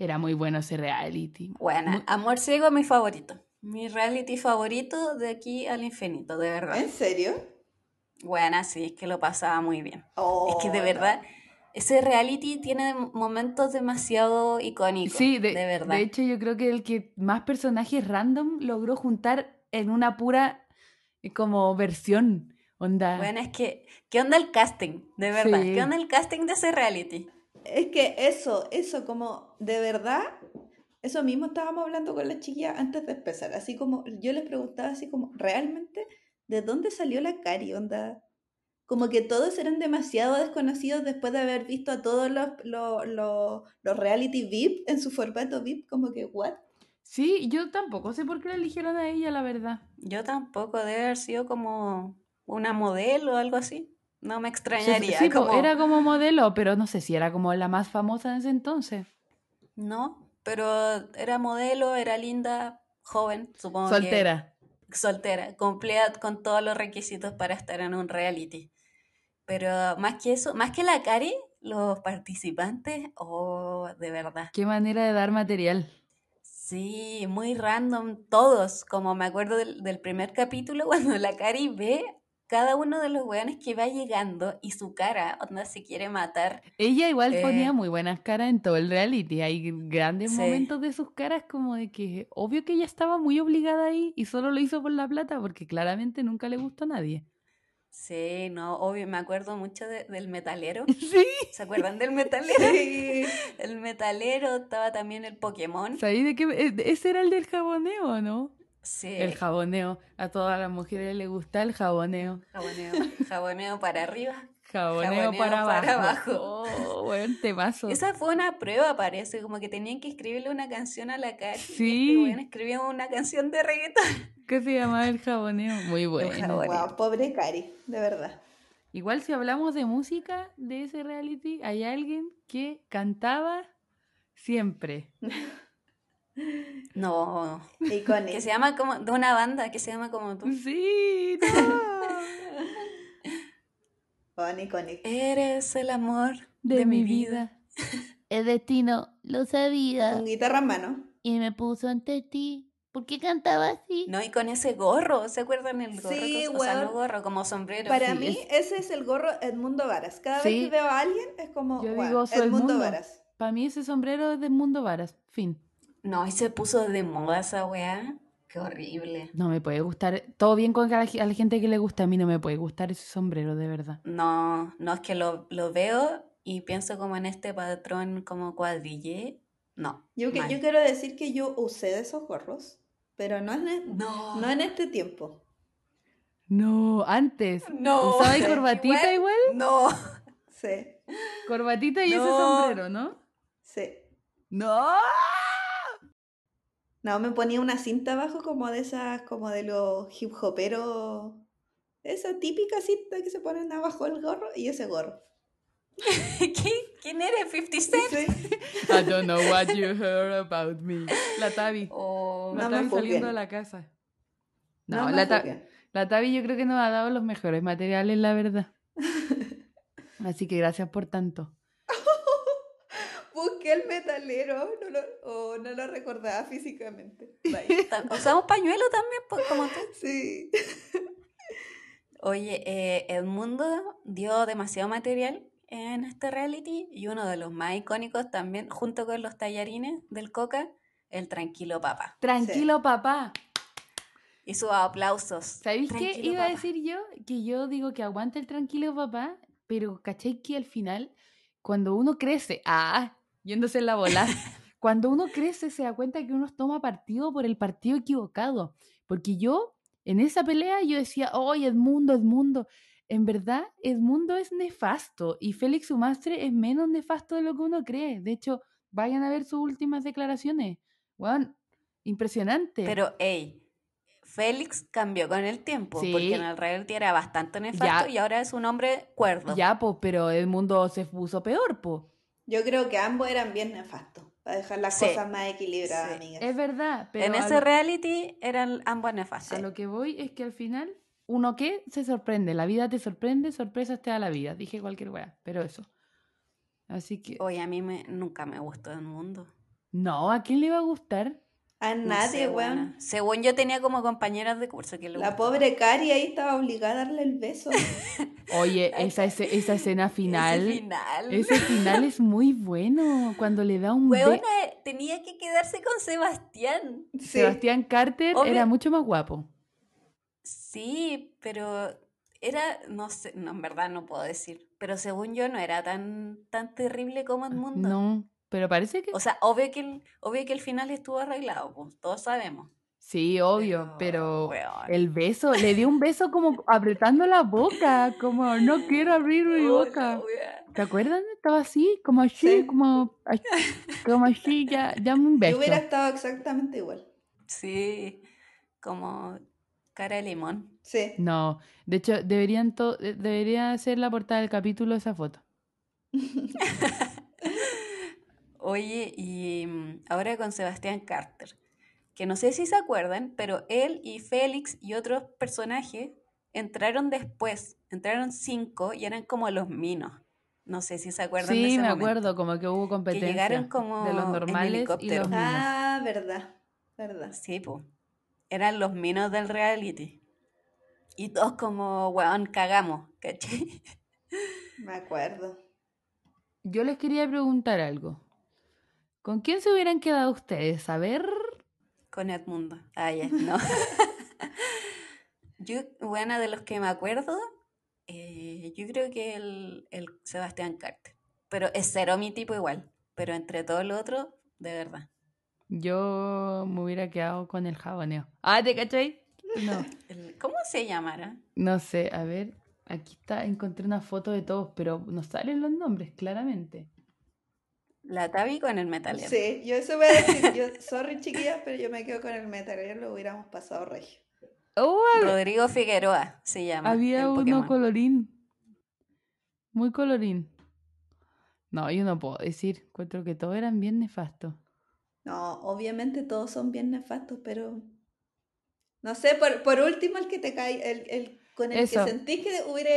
Speaker 2: Era muy bueno ese reality.
Speaker 1: Bueno,
Speaker 2: Mu-
Speaker 1: Amor Ciego es mi favorito. Mi reality favorito de aquí al infinito, de verdad.
Speaker 3: ¿En serio?
Speaker 1: Bueno, sí, es que lo pasaba muy bien. Es que de
Speaker 3: Oh,
Speaker 1: verdad, ese reality tiene momentos demasiado icónicos.
Speaker 2: Sí, de,
Speaker 1: verdad.
Speaker 2: de hecho yo creo que el que más personajes random logró juntar en una pura eh, como versión, onda.
Speaker 1: Bueno, es que, ¿qué onda el casting? De verdad,
Speaker 2: Sí.
Speaker 1: ¿qué onda el casting de ese reality?
Speaker 3: Es que eso, eso como de verdad, eso mismo estábamos hablando con las chiquillas antes de empezar, así como yo les preguntaba así como, ¿realmente de dónde salió la cari onda? Como que todos eran demasiado desconocidos después de haber visto a todos los, los, los, los reality VIP en su formato VIP, como que, ¿what?
Speaker 2: Sí, yo tampoco sé por qué la eligieron a ella, la verdad.
Speaker 1: Yo tampoco, debe haber sido como una modelo o algo así. No me
Speaker 2: Se-
Speaker 1: extrañaría.
Speaker 2: sí, po,
Speaker 1: como...
Speaker 2: era como modelo, pero no sé si era como la más famosa en ese entonces.
Speaker 1: No, pero era modelo, era linda, joven, supongo. que-
Speaker 2: Soltera.
Speaker 1: soltera, cumplía con todos los requisitos para estar en un reality. Pero más que eso, más que la Cari, los participantes, oh, de verdad.
Speaker 2: Qué manera de dar material.
Speaker 1: Sí, muy random todos, como me acuerdo del, del primer capítulo, cuando la Cari ve cada uno de los weones que va llegando y su cara, onda, se quiere matar.
Speaker 2: Ella igual
Speaker 1: Eh.
Speaker 2: ponía muy buenas caras en todo el reality. Hay grandes
Speaker 1: Sí.
Speaker 2: momentos de sus caras como de que obvio que ella estaba muy obligada ahí y solo lo hizo por la plata porque claramente nunca le gustó a nadie.
Speaker 1: Sí, no, obvio, me acuerdo mucho de- del metalero.
Speaker 2: Sí.
Speaker 1: ¿Se acuerdan del metalero?
Speaker 3: Sí.
Speaker 1: El metalero, estaba también el Pokémon.
Speaker 2: ¿Sabéis de qué? me- e- Ese era el del jaboneo, ¿no?
Speaker 1: Sí.
Speaker 2: El jaboneo. A todas las mujeres les gusta el jaboneo.
Speaker 1: Jaboneo, jaboneo para arriba.
Speaker 2: Jaboneo,
Speaker 1: Jaboneo
Speaker 2: para,
Speaker 1: para
Speaker 2: abajo.
Speaker 1: abajo.
Speaker 2: Oh, buen temazo.
Speaker 1: Esa fue una prueba, parece, como que tenían que escribirle una canción a la cara.
Speaker 2: Sí.
Speaker 1: bueno, escribían una canción de reggaetón.
Speaker 2: ¿Qué se llamaba el jaboneo? Muy bueno.
Speaker 1: jaboneo.
Speaker 3: Wow, pobre Cari, de verdad.
Speaker 2: Igual si hablamos de música de ese reality, hay alguien que cantaba siempre.
Speaker 1: No,
Speaker 3: Icónico.
Speaker 1: que se llama como, de una banda que se llama como tú.
Speaker 2: Mm. Sí, no.
Speaker 3: Con icónico.
Speaker 1: Eres el amor
Speaker 2: De, mi vida.
Speaker 4: El destino lo sabía
Speaker 3: Con guitarra en mano.
Speaker 4: y me puso ante ti. ¿Por qué cantaba así?
Speaker 1: No, y con ese gorro, ¿se acuerdan el gorro?
Speaker 3: Sí,
Speaker 1: o sea, no
Speaker 3: weón.
Speaker 1: gorro, como sombrero.
Speaker 3: Para
Speaker 2: sí,
Speaker 3: mí, ese es el gorro Edmundo Varas. Cada
Speaker 2: Sí.
Speaker 3: vez que veo a alguien es como
Speaker 2: Yo
Speaker 3: wow,
Speaker 2: digo, soy
Speaker 3: Edmundo
Speaker 2: Edmundo.
Speaker 3: Varas.
Speaker 2: Para mí ese sombrero es de Mundo Varas. Fin.
Speaker 1: No, y se puso de moda esa weá. Qué horrible.
Speaker 2: No me puede gustar. Todo bien con que a la, ge- a la gente que le gusta. A mí no me puede gustar ese sombrero, de verdad.
Speaker 1: No, no, es que lo, lo veo y pienso como en este patrón como cuadrillé. No.
Speaker 3: Yo, que,
Speaker 1: mal.
Speaker 3: yo quiero decir que yo usé de esos gorros, pero no en, e-
Speaker 1: No.
Speaker 3: no en este tiempo.
Speaker 2: No, antes.
Speaker 1: No.
Speaker 2: ¿Usaba y corbatita igual?
Speaker 1: No.
Speaker 3: Sí,
Speaker 2: Corbatita y ese
Speaker 1: No.
Speaker 2: sombrero, ¿no?
Speaker 3: sí.
Speaker 2: No.
Speaker 3: No, me ponía una cinta abajo como de esas, como de los hip hoperos. Esa típica cinta que se ponen abajo el gorro y ese gorro.
Speaker 1: ¿Qui- ¿Quién eres? 50
Speaker 3: Sí.
Speaker 1: Cent.
Speaker 2: I don't know what you heard about me. La Tabi.
Speaker 1: Oh, O-
Speaker 2: La
Speaker 3: No me
Speaker 2: Tabi saliendo
Speaker 3: juzguen.
Speaker 2: de la casa.
Speaker 3: No
Speaker 2: No,
Speaker 3: me
Speaker 2: la, Ta-
Speaker 3: juzguen.
Speaker 2: la Tabi yo creo que nos ha dado los mejores materiales, la verdad. Así que gracias por tanto.
Speaker 3: Busqué el metalero, no lo, oh, no lo recordaba físicamente. Bye.
Speaker 1: ta- usamos pañuelo también, pues como tú.
Speaker 3: Sí.
Speaker 1: Oye, eh, Edmundo dio demasiado material en este reality y uno de los más icónicos también, junto con los tallarines del Coca, el Tranquilo Papa.
Speaker 2: Tranquilo, papá.
Speaker 1: Y sus aplausos.
Speaker 2: ¿Sabéis qué
Speaker 1: Tranquilo,
Speaker 2: iba a
Speaker 1: papá.
Speaker 2: decir yo? Que yo digo que aguante el tranquilo papá, pero ¿cachai que al final, cuando uno crece, ah, yéndose en la bola, cuando uno crece se da cuenta que uno toma partido por el partido equivocado? Porque yo, en esa pelea, yo decía, ¡ay, Edmundo, Edmundo! En verdad, Edmundo es nefasto y Félix Umastre es menos nefasto de lo que uno cree. De hecho, vayan a ver sus últimas declaraciones. Weón, impresionante.
Speaker 1: Pero, hey, Félix cambió con el tiempo,
Speaker 2: Sí.
Speaker 1: porque en el reality era bastante nefasto y ahora es un hombre cuerdo.
Speaker 2: Ya, pues, pero el mundo se puso peor, pues.
Speaker 3: Yo creo que ambos eran bien nefastos, para dejar las
Speaker 1: Sí.
Speaker 3: cosas más equilibradas,
Speaker 1: Sí.
Speaker 3: amigas.
Speaker 2: Es verdad, pero
Speaker 1: en
Speaker 2: a,
Speaker 1: ese
Speaker 2: lo,
Speaker 1: reality eran ambos nefastos.
Speaker 2: a lo que voy es que al final, uno que se sorprende, la vida te sorprende, sorpresas te da la vida. Dije cualquier weá, pero eso. Así que,
Speaker 1: Oye, a mí me, nunca me gustó el mundo.
Speaker 2: no, ¿a quién le va a gustar?
Speaker 3: A
Speaker 1: No
Speaker 3: nadie,
Speaker 1: sé,
Speaker 3: weón.
Speaker 1: buena. Según yo tenía como compañeras de curso que le
Speaker 3: La
Speaker 1: gustaba.
Speaker 3: pobre Cari ahí estaba obligada a darle el beso.
Speaker 2: Oye, esa, ese- esa escena
Speaker 1: Ese
Speaker 2: final,
Speaker 1: final.
Speaker 2: ese final es muy bueno, cuando le da un be-
Speaker 1: Weona, tenía que quedarse con Sebastián.
Speaker 3: Sí.
Speaker 2: Sebastián Carter
Speaker 1: Obvio.
Speaker 2: era mucho más guapo.
Speaker 1: Sí, pero era, no sé, no, en verdad no puedo decir. Pero según yo no era tan, tan terrible como el mundo.
Speaker 2: No, pero parece que...
Speaker 1: O sea, obvio que el, obvio que el final estuvo arreglado, pues, todos sabemos.
Speaker 2: Sí, obvio, pero...
Speaker 1: weón.
Speaker 2: El beso, le dio un beso como apretando la boca, como no quiero abrir mi
Speaker 1: Oh,
Speaker 2: boca.
Speaker 1: la wea.
Speaker 2: ¿Te acuerdas? Estaba así, como así,
Speaker 3: Sí.
Speaker 2: como, así, como así, ya, dame un
Speaker 3: Yo
Speaker 2: beso.
Speaker 3: hubiera estado exactamente igual.
Speaker 1: Sí, como cara de limón.
Speaker 3: Sí.
Speaker 2: No, de hecho, deberían to- de- debería ser la portada del capítulo esa foto.
Speaker 1: Oye, y mm, ahora con Sebastián Carter, que no sé si se acuerdan, pero él y Félix y otros personajes entraron después, entraron cinco y eran como los minos. No sé si se acuerdan de
Speaker 2: Sí,
Speaker 1: ese
Speaker 2: me
Speaker 1: momento.
Speaker 2: acuerdo, como que hubo competencia
Speaker 1: llegaron como
Speaker 2: de los
Speaker 1: en
Speaker 2: normales y
Speaker 1: helicóptero.
Speaker 2: los minos.
Speaker 3: Ah, verdad, verdad.
Speaker 1: Sí, po. Eran los minos del reality. Y todos como, weón, cagamos, ¿cachai?
Speaker 3: Me acuerdo.
Speaker 2: Yo les quería preguntar algo. ¿Con quién se hubieran quedado ustedes? A ver.
Speaker 1: Con Edmundo. Ah, ya, no. yo, bueno, de los que me acuerdo, eh, yo creo que el, el Sebastián Carter. Pero es cero mi tipo igual. Pero entre todo lo otro, de verdad.
Speaker 2: Yo me hubiera quedado con el jaboneo. Ah, ¿te cachai? No.
Speaker 1: El- ¿Cómo se llamará?
Speaker 2: No sé, a ver. Aquí está, encontré una foto de todos, pero no salen los nombres, claramente.
Speaker 1: La Tabi con el metalero.
Speaker 3: Sí, yo eso voy a decir. Yo, sorry, chiquillas, pero yo me quedo con el metal. Ayer lo hubiéramos pasado regio.
Speaker 2: ¡Oh!
Speaker 1: Rodrigo Figueroa se llama.
Speaker 2: Había
Speaker 1: el
Speaker 2: uno
Speaker 1: Pokémon.
Speaker 2: colorín. Muy colorín. No, yo no puedo decir. Encuentro que todos eran bien nefastos.
Speaker 3: No, obviamente todos son bien nefastos, pero no sé, por, por último el que te cae, el, el con el
Speaker 2: Eso.
Speaker 3: que sentís que hubiera,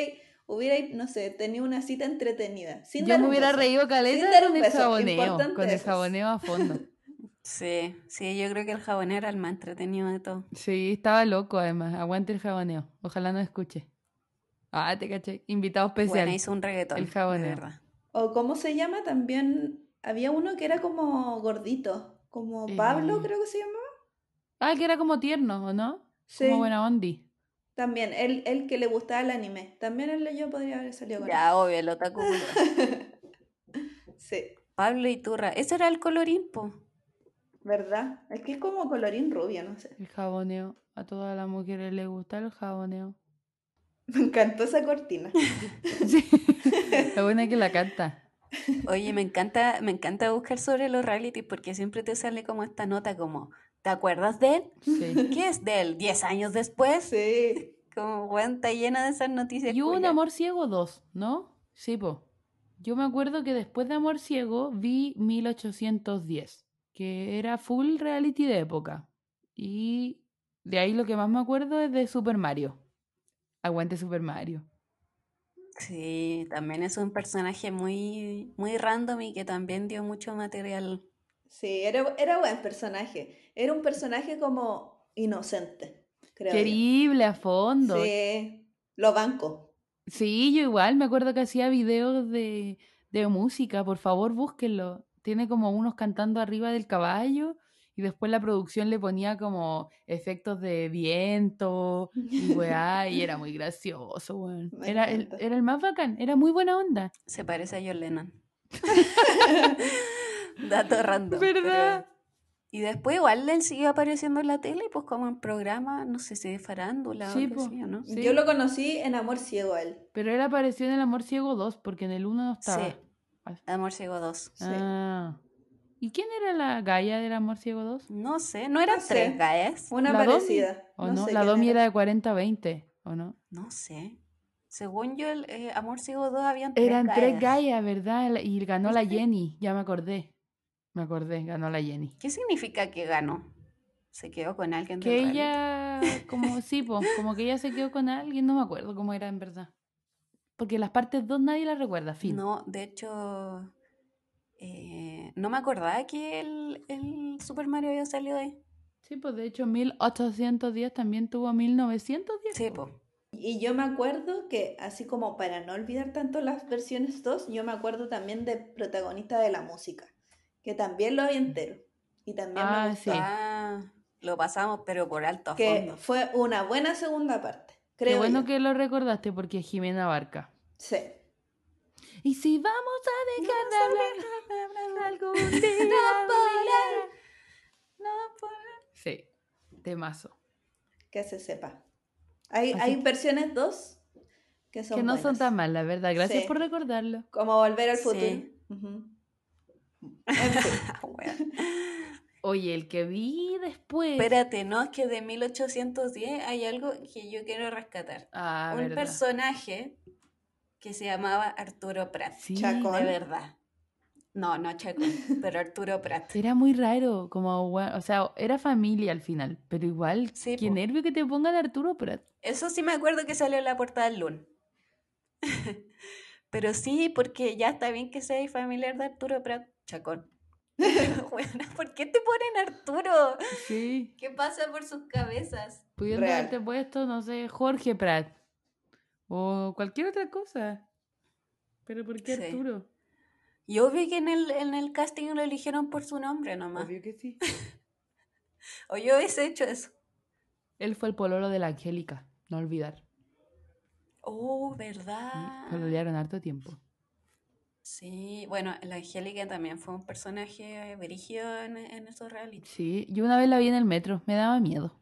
Speaker 3: hubiera, no sé, tenido una cita entretenida. Sin
Speaker 2: Yo
Speaker 3: dar
Speaker 2: me
Speaker 3: un
Speaker 2: hubiera
Speaker 3: beso.
Speaker 2: reído
Speaker 3: Sin
Speaker 2: caleta
Speaker 3: dar
Speaker 2: con
Speaker 3: un
Speaker 2: el
Speaker 3: beso,
Speaker 2: jaboneo.
Speaker 3: importante
Speaker 2: Con el
Speaker 3: eso.
Speaker 2: jaboneo a fondo.
Speaker 1: Sí, sí, yo creo que el jabonero era el más entretenido de todo.
Speaker 2: Sí, estaba loco además. Aguante el jaboneo. Ojalá no escuche. Ah, te caché. Invitado especial.
Speaker 1: Bueno, hizo un reggaetón.
Speaker 2: El jaboneo.
Speaker 1: De verdad.
Speaker 3: O cómo se llama también, había uno que era como gordito, como Pablo,
Speaker 2: Eh,
Speaker 3: creo que se llamaba.
Speaker 2: Ah, que era como tierno, ¿o no?
Speaker 3: Sí,
Speaker 2: Como buena ondi.
Speaker 3: también, el, el que le gustaba el anime. También él yo podría haber salido con
Speaker 1: Ya, obvio, el otaku. culiao.
Speaker 3: él. Sí,
Speaker 1: Pablo Iturra. Eso era el colorín, po.
Speaker 3: ¿verdad? Es que es como colorín rubio, no sé.
Speaker 2: El jaboneo. A todas las mujeres les gusta el jaboneo.
Speaker 3: Me encantó esa cortina.
Speaker 2: Sí. Lo bueno es que la canta.
Speaker 1: Oye, me encanta, me encanta buscar sobre los reality porque siempre te sale como esta nota como, ¿te acuerdas de él?
Speaker 2: Sí.
Speaker 1: ¿Qué es de él? ¿10 años después?
Speaker 3: Sí,
Speaker 1: Como, weón, está llena de esas noticias.
Speaker 2: Y hubo un
Speaker 1: culiao.
Speaker 2: Amor Ciego 2, ¿no? Sí, po. Yo me acuerdo que después de Amor Ciego vi 1810, que era full reality de época. Y de ahí lo que más me acuerdo es de Super Mario. Aguante Super Mario.
Speaker 1: Sí, también es un personaje muy, muy random y que también dio mucho material.
Speaker 3: sí, era, era buen personaje. Era un personaje como inocente, creo. yo.
Speaker 2: Querible a fondo. Sí.
Speaker 3: Sí, lo banco.
Speaker 2: yo igual me acuerdo que hacía videos de, de música. Por favor, búsquenlo. Tiene como unos cantando arriba del caballo. Y después la producción le ponía como efectos de viento, Y weá, y era muy gracioso, weón.
Speaker 3: Me
Speaker 2: Era el,
Speaker 3: encanta.
Speaker 2: era el más bacán, era muy buena onda.
Speaker 1: Se parece a John Lennon. Dato random.
Speaker 2: ¿Verdad?
Speaker 1: pero- Y después igual él siguió apareciendo en la tele, pues como en programa, no sé si de farándula o
Speaker 2: Sí,
Speaker 1: algo
Speaker 2: po.
Speaker 1: así, ¿o ¿no?
Speaker 2: Sí.
Speaker 3: Yo lo conocí en Amor Ciego a él.
Speaker 2: Pero él apareció en El Amor Ciego 2, porque en el 1 no estaba.
Speaker 1: Sí. Amor Ciego 2.
Speaker 3: Sí.
Speaker 2: Ah. ¿Y quién era la galla del Amor Ciego 2?
Speaker 1: No sé, ¿no eran
Speaker 3: No sé.
Speaker 1: tres gallas?
Speaker 3: Una
Speaker 2: ¿La Domi?
Speaker 3: parecida.
Speaker 2: ¿O no?
Speaker 3: sé
Speaker 2: La
Speaker 3: quién
Speaker 2: Domi
Speaker 3: era.
Speaker 2: era de 40-20, ¿o no?
Speaker 1: No sé. Según yo, el eh, Amor Ciego 2 habían tres
Speaker 2: Eran tres
Speaker 1: gallas.
Speaker 2: gallas, ¿verdad? La- Y ganó la
Speaker 1: ¿Viste?
Speaker 2: Jenny, ya me acordé. Me acordé, ganó la Jenny.
Speaker 1: ¿Qué significa que ganó? ¿Se quedó con alguien del
Speaker 2: Que
Speaker 1: reality?
Speaker 2: ella, como sí, po, como que ella se quedó con alguien, no me acuerdo cómo era en verdad. Porque las partes 2 nadie las recuerda, fin.
Speaker 1: No, de hecho, eh, no me acordaba que el, el Super Mario había salido ahí.
Speaker 2: Sí, pues de hecho 1810 también tuvo 1910.
Speaker 1: Sí,
Speaker 2: po.
Speaker 1: po.
Speaker 3: Y yo me acuerdo que, así como para no olvidar tanto las versiones 2, yo me acuerdo también de protagonista de la música, que también lo vi entero. Y también
Speaker 2: Mm. Ah,
Speaker 3: me gustó.
Speaker 2: Sí.
Speaker 1: Ah, lo pasamos, pero por alto a
Speaker 3: Que
Speaker 1: fondo.
Speaker 3: fue una buena segunda parte,
Speaker 2: Qué
Speaker 3: creo
Speaker 2: bueno
Speaker 3: yo.
Speaker 2: que lo recordaste porque es Jimena Barca.
Speaker 3: Sí.
Speaker 2: Y si vamos a dejar de hablar algún día. mira. Sí, temazo.
Speaker 3: que se sepa. Hay,
Speaker 2: Así
Speaker 3: hay
Speaker 2: que-
Speaker 3: versiones 2 que son
Speaker 2: Que no son
Speaker 3: buenas,
Speaker 2: tan malas, ¿verdad? Gracias
Speaker 3: Sí.
Speaker 2: por recordarlo.
Speaker 3: Como Volver al
Speaker 1: Sí.
Speaker 3: Futuro. Ujú. En fin,
Speaker 1: Ah, weón.
Speaker 2: Oye, el que vi después.
Speaker 1: Espérate, no, es que de 1810 hay algo que yo quiero rescatar.
Speaker 2: Ah,
Speaker 1: Un
Speaker 2: verdad.
Speaker 1: personaje que se llamaba Arturo Prat.
Speaker 2: Sí,
Speaker 3: Chacón.
Speaker 1: De verdad. No, no Checo, pero Arturo Prat.
Speaker 2: Era muy raro, como, gua- o sea, era familia al final, pero igual,
Speaker 1: Sí,
Speaker 2: qué
Speaker 1: po.
Speaker 2: nervio que te pongan Arturo Prat.
Speaker 1: Eso sí me acuerdo que salió en la portada del LUN. Pero sí, porque ya está bien que seas familiar de Arturo Prat Chacón. Bueno, ¿por qué te ponen Arturo?
Speaker 2: Sí,
Speaker 1: ¿Qué pasa por sus cabezas?
Speaker 2: pudiendo
Speaker 3: Real.
Speaker 2: haberte puesto, no sé, Jorge Prat o cualquier otra cosa. Pero ¿por qué
Speaker 1: Sí.
Speaker 2: Arturo?
Speaker 1: Y obvio que en el, en el casting lo eligieron por su nombre nomás.
Speaker 2: Obvio que sí.
Speaker 1: O yo hubiese hecho eso.
Speaker 2: Él fue el pololo de la Angélica, no olvidar.
Speaker 1: Oh,
Speaker 2: Mm,
Speaker 1: ¿verdad?
Speaker 2: Pololearon harto tiempo.
Speaker 1: Sí, bueno, la Angélica también fue un personaje brígido en, en esos reality.
Speaker 2: Sí, yo una vez la vi en el metro, me daba miedo.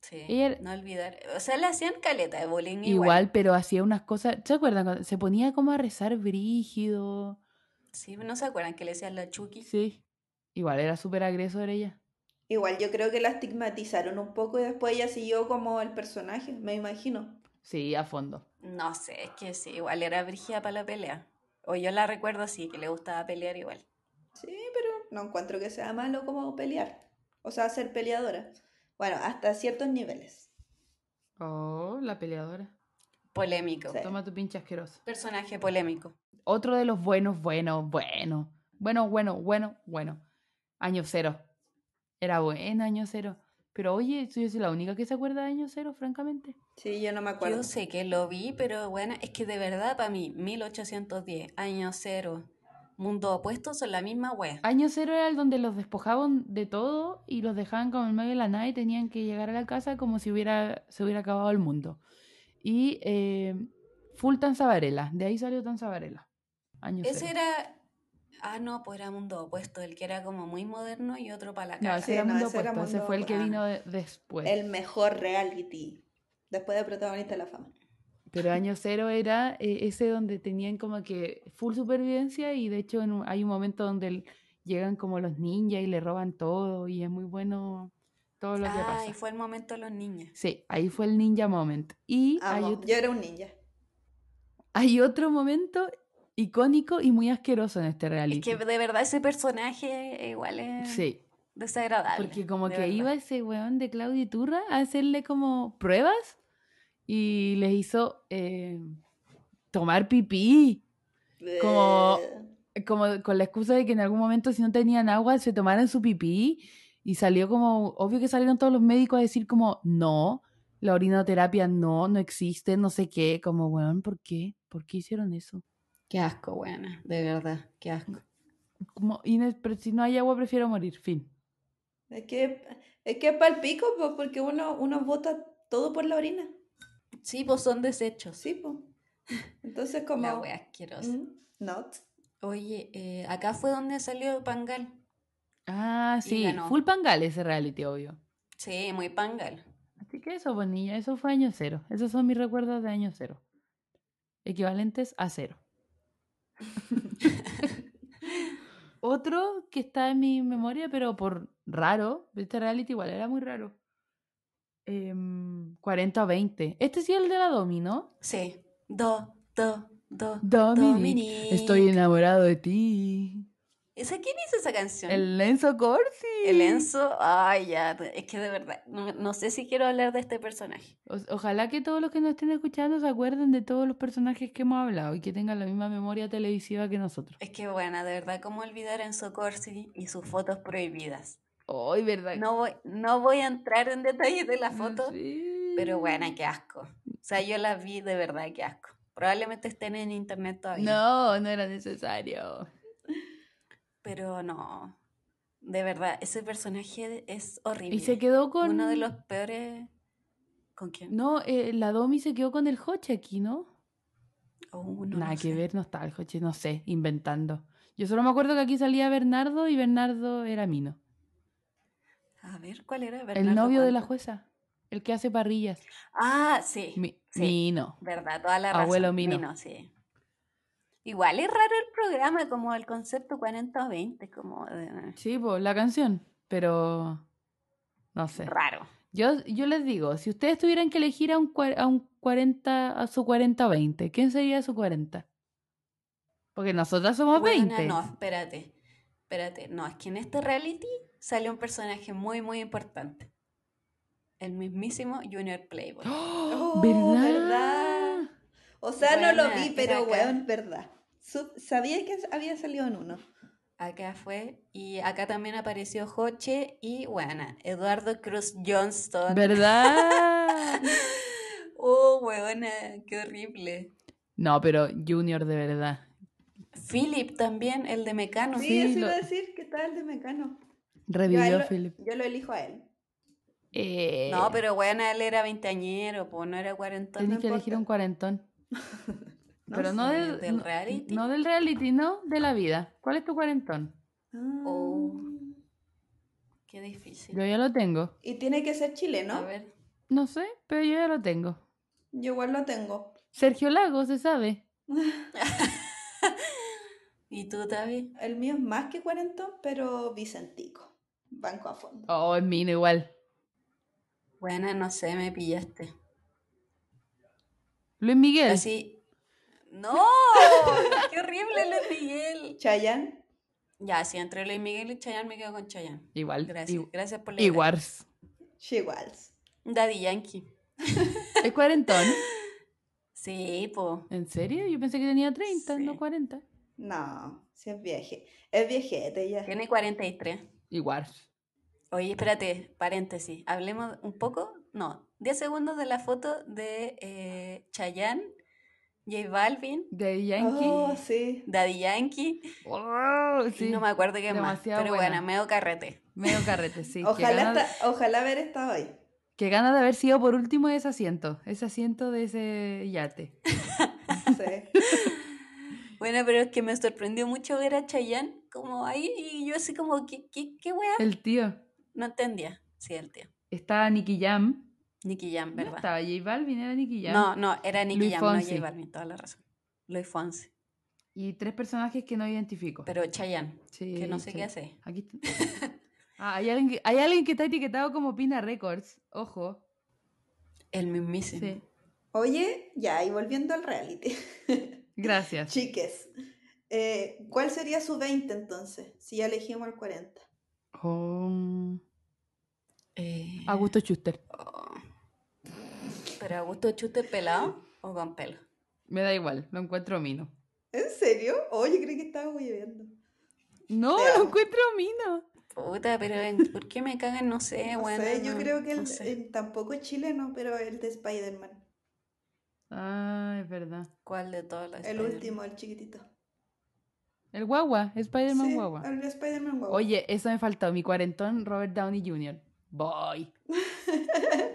Speaker 1: Sí,
Speaker 2: Ella era-
Speaker 1: no olvidar. O sea, le hacían caleta de bullying
Speaker 2: Igual,
Speaker 1: igual.
Speaker 2: pero hacía unas cosas, ¿se acuerdan? cuando Se ponía como a rezar brígido.
Speaker 1: Sí, ¿no se acuerdan que le decían la Chucky?
Speaker 2: Sí. Igual era súper agresor ella.
Speaker 3: Igual yo creo que la estigmatizaron un poco y después ella siguió como el personaje, me imagino.
Speaker 2: Sí, a fondo.
Speaker 1: No sé, es que sí, igual era brígida para la pelea. O yo la recuerdo así, que le gustaba pelear igual.
Speaker 3: Sí, pero no encuentro que sea malo como pelear. O sea, ser peleadora. Bueno, hasta ciertos niveles.
Speaker 2: Oh, la peleadora.
Speaker 1: Polémico.
Speaker 3: Sí.
Speaker 2: Toma tu pinche asqueroso.
Speaker 1: Personaje polémico.
Speaker 2: Otro de los buenos, buenos, buenos. Bueno, bueno, bueno, bueno. Año cero. Era bueno año cero. Pero oye, yo soy la única que se acuerda de año cero, francamente.
Speaker 3: Sí, yo no me acuerdo.
Speaker 1: Yo sé que lo vi, pero bueno, es que de verdad para mí, 1810, año cero, mundo opuesto son la misma wea.
Speaker 2: Año cero era el donde los despojaban de todo y los dejaban como en medio de la nada y tenían que llegar a la casa como si hubiera, se hubiera acabado el mundo. Y eh, Full Tanzabarela, de ahí salió Tanzabarela. Año
Speaker 1: Ese
Speaker 2: cero.
Speaker 1: era. Ah, no, pues era mundo opuesto, el que era como muy moderno y otro para la
Speaker 2: No,
Speaker 1: casa.
Speaker 2: ese
Speaker 3: Sí,
Speaker 2: era
Speaker 3: no,
Speaker 2: Mundo
Speaker 3: ese era
Speaker 2: Opuesto, ese
Speaker 3: Mundo
Speaker 2: fue el que
Speaker 1: Opuesto.
Speaker 2: vino de- después.
Speaker 3: El mejor reality. Después de protagonista de la fama.
Speaker 2: Pero año cero era eh, ese donde tenían como que full supervivencia y de hecho en un- hay un momento donde el- llegan como los ninjas y le roban todo y es muy bueno todo lo que
Speaker 1: Ah, y
Speaker 2: pasa.
Speaker 1: fue el momento de los niños.
Speaker 2: Sí, ahí fue el ninja moment. Y hay
Speaker 3: Amo,
Speaker 2: otro,
Speaker 3: Yo era un ninja.
Speaker 2: hay otro momento icónico y muy asqueroso en este
Speaker 1: Es
Speaker 2: reality.
Speaker 1: que de verdad ese personaje eh, igual es
Speaker 2: Sí,
Speaker 1: desagradable.
Speaker 2: porque como
Speaker 1: de
Speaker 2: que
Speaker 1: verdad.
Speaker 2: iba ese weón de Claudia Turra a hacerle como pruebas y les hizo eh, tomar pipí. Como-
Speaker 3: Eh,
Speaker 2: como con la excusa de que en algún momento si no tenían agua se tomaran su pipí y salió como, obvio que salieron todos los médicos a decir como, no, la orinoterapia no, no existe, no sé qué, como, weón, ¿por qué? ¿Por qué hicieron eso?
Speaker 1: Qué asco, buena, de verdad, qué asco.
Speaker 2: Como, Inés, pero si no hay agua prefiero morir, fin.
Speaker 3: Es que es que es palpico, pues, porque uno, uno vota todo por la orina.
Speaker 1: Sí, pues son desechos.
Speaker 3: Sí, pues. Entonces, como.
Speaker 1: La wea asquerosa.
Speaker 3: mm, not.
Speaker 1: Oye, eh, acá fue donde salió Pangal.
Speaker 2: Ah,
Speaker 1: Y
Speaker 2: sí,
Speaker 1: ganó.
Speaker 2: full pangal ese reality, obvio.
Speaker 1: Sí, muy Pangal.
Speaker 2: Así que eso, bonilla, eso fue año cero. Esos son mis recuerdos de año cero. Equivalentes a cero. Otro que está en mi memoria, pero por raro, este reality igual era muy raro. Em, 40 a 20. Este sí es el de la Domi, ¿no?
Speaker 1: Sí. Do, do, do.
Speaker 2: Dominic, Estoy
Speaker 1: Dominic.
Speaker 2: enamorado de ti.
Speaker 1: ¿Esa quién hizo esa canción?
Speaker 2: El Lenzo Corsi.
Speaker 1: El Enzo, ay, ya, es que de verdad, no, no sé si quiero hablar de este personaje.
Speaker 2: O- ojalá que todos los que nos estén escuchando se acuerden de todos los personajes que hemos hablado y que tengan la misma memoria televisiva que nosotros.
Speaker 1: Es que bueno, de verdad, ¿cómo olvidar a Enzo Corsi y sus fotos prohibidas?
Speaker 2: Ay, ¿verdad? Mm,
Speaker 1: No voy, no voy a entrar en detalles de la
Speaker 2: No
Speaker 1: foto,
Speaker 2: sé.
Speaker 1: pero bueno, qué asco. O sea, yo las vi de verdad, qué asco. Probablemente estén en internet todavía.
Speaker 2: No, no era necesario.
Speaker 1: Pero no, de verdad, ese personaje es horrible.
Speaker 2: Y se quedó con.
Speaker 1: Uno de los peores... ¿Con quién?
Speaker 2: No, eh, la Domi se quedó con el Hoche aquí, ¿no?
Speaker 1: Oh, no,
Speaker 2: Nada
Speaker 1: no
Speaker 2: que
Speaker 1: sé.
Speaker 2: ver, no está el Hoche, no sé, inventando. Yo solo me acuerdo que aquí salía Bernardo y Bernardo era Mino.
Speaker 1: A ver, ¿cuál era?
Speaker 2: el
Speaker 1: Bernardo
Speaker 2: novio de la
Speaker 1: cuánto.
Speaker 2: jueza. El que hace parrillas.
Speaker 1: Ah, sí.
Speaker 2: Mi-
Speaker 1: sí.
Speaker 2: Mino.
Speaker 1: ¿Verdad? Toda la razón.
Speaker 2: Abuelo Mino.
Speaker 1: sí. Igual es raro el programa, como el concepto 40-20, como eh,
Speaker 2: Sí, pues, la canción. Pero. No sé.
Speaker 1: raro.
Speaker 2: Yo, yo les digo, si ustedes tuvieran que elegir a un, cua- a un 40, a su 40-20, ¿quién sería su 40? Porque nosotras somos
Speaker 1: Weona,
Speaker 2: 20.
Speaker 1: No, espérate. Espérate. No, es que en este reality salió un personaje muy, muy importante. El mismísimo Junior Playboy.
Speaker 2: ¡Oh!
Speaker 3: Oh,
Speaker 2: ¿Verdad?
Speaker 3: ¿verdad? O sea, no lo
Speaker 1: Buena,
Speaker 3: vi,
Speaker 1: era
Speaker 3: pero
Speaker 1: acá.
Speaker 3: weón, verdad. Sup- sabía que había salido en uno.
Speaker 1: Acá fue. Y acá también apareció Joche y, bueno, Eduardo Cruz Johnston.
Speaker 2: ¿Verdad?
Speaker 1: Oh, weona, qué horrible.
Speaker 2: No, pero Junior de verdad.
Speaker 1: Philip también, el de Mecano.
Speaker 3: Sí,
Speaker 2: sí,
Speaker 3: eso
Speaker 2: lo-
Speaker 3: iba a decir, ¿qué tal de Mecano? Yo, a él
Speaker 2: Revivió
Speaker 3: lo-
Speaker 2: Philip.
Speaker 3: yo lo elijo a él.
Speaker 2: Eh,
Speaker 1: No, pero weona, él era veinteañero, pues no era cuarentón.
Speaker 2: Tenés
Speaker 1: no
Speaker 2: que elegir
Speaker 1: importa.
Speaker 2: un cuarentón.
Speaker 3: No
Speaker 2: pero no
Speaker 1: sé,
Speaker 2: del,
Speaker 1: del
Speaker 2: no-
Speaker 1: reality.
Speaker 2: No del reality, no de la vida. ¿Cuál es tu cuarentón?
Speaker 3: Ah.
Speaker 1: Oh. Qué difícil.
Speaker 2: Yo ya lo tengo.
Speaker 3: Y tiene que ser
Speaker 1: A
Speaker 3: chileno.
Speaker 1: ver.
Speaker 2: No sé, pero yo ya lo tengo.
Speaker 3: Yo igual lo tengo.
Speaker 2: Sergio Lago, se sabe.
Speaker 1: ¿Y tú, Tavi?
Speaker 3: El mío es más que cuarentón, pero Vicentico. Banco a fondo.
Speaker 2: Oh, es mío igual.
Speaker 1: Buena, no sé, me pillaste.
Speaker 2: Luis Miguel.
Speaker 1: Así. ¡No! ¡Qué horrible Luis Miguel!
Speaker 3: Chayanne.
Speaker 1: Ya, si entre Luis Miguel y Chayanne me quedo con Chayanne.
Speaker 2: Igual.
Speaker 1: Gracias, gracias por la idea.
Speaker 2: Igual.
Speaker 3: Chiguals.
Speaker 1: Daddy Yankee.
Speaker 2: ¿Es cuarentón?
Speaker 1: Sí, po.
Speaker 2: ¿En serio? Yo pensé que tenía 30,
Speaker 1: Sí.
Speaker 2: no 40.
Speaker 3: No, si es vieje. Es viejete ya.
Speaker 1: Tiene 43.
Speaker 2: Igual.
Speaker 1: Oye, espérate, paréntesis. Hablemos un poco, no, 10 segundos de la foto de eh, Chayanne, J Balvin,
Speaker 2: De Yankee.
Speaker 3: Oh, sí.
Speaker 1: Daddy Yankee,
Speaker 2: Oh,
Speaker 1: y
Speaker 2: sí.
Speaker 1: no me acuerdo qué más,
Speaker 2: demasiado
Speaker 1: pero bueno,
Speaker 2: buena.
Speaker 1: medio carrete.
Speaker 2: Medio carrete, sí. qué,
Speaker 3: Ojalá,
Speaker 2: gana,
Speaker 3: esta- ojalá haber estado ahí.
Speaker 2: qué gana de haber sido por último ese asiento. Ese asiento de ese yate.
Speaker 3: Sí.
Speaker 1: Bueno, pero es que me sorprendió mucho ver a Chayanne como ahí y yo así como, ¿qué, qué, qué wea?
Speaker 2: El tío.
Speaker 1: No entendía, sí, el tío.
Speaker 2: Estaba Nicky Jam.
Speaker 1: Nicky Jam,
Speaker 2: No
Speaker 1: ¿verdad?
Speaker 2: estaba J Balvin, era Nicky Jam.
Speaker 1: No, no, era Nicky
Speaker 2: Luis
Speaker 1: Jam, no
Speaker 2: Fonsi.
Speaker 1: J Balvin, toda la razón. Luis Fonsi,
Speaker 2: Y tres personajes que no identifico.
Speaker 1: pero Chayanne,
Speaker 2: Sí,
Speaker 1: que no sé qué
Speaker 2: chale.
Speaker 1: hace.
Speaker 2: Aquí está. Ah, hay alguien, que, hay alguien que está etiquetado como Pina Records. Ojo.
Speaker 1: El mismísimo.
Speaker 2: Sí.
Speaker 3: Oye, ya, y volviendo al reality.
Speaker 2: Gracias.
Speaker 3: Chiques, eh, ¿cuál sería su 20 entonces? Si ya elegimos el 40.
Speaker 2: Oh,
Speaker 1: Eh,
Speaker 2: Augusto Schuster.
Speaker 1: Oh. Pero Augusto Chute pelado o con pelo.
Speaker 2: Me da igual, lo encuentro mino.
Speaker 3: ¿En serio? Oye, creí que estaba viviendo.
Speaker 2: No,
Speaker 3: Te
Speaker 2: lo
Speaker 3: amo.
Speaker 2: encuentro mino.
Speaker 1: Puta, pero en- ¿por qué me cagan? No sé,
Speaker 3: No
Speaker 1: bueno.
Speaker 3: sé, yo creo que
Speaker 1: no
Speaker 3: el,
Speaker 1: sé.
Speaker 3: el tampoco es chileno, pero el de Spider-Man.
Speaker 2: Ah, es verdad.
Speaker 1: ¿Cuál de todas las?
Speaker 3: El
Speaker 1: Spider-Man?
Speaker 3: último, el chiquitito.
Speaker 2: El guagua, Spider-Man
Speaker 3: Sí,
Speaker 2: guagua.
Speaker 3: El de Spider-Man guagua.
Speaker 2: Oye, eso me faltó, mi cuarentón Robert Downey Jr. Voy.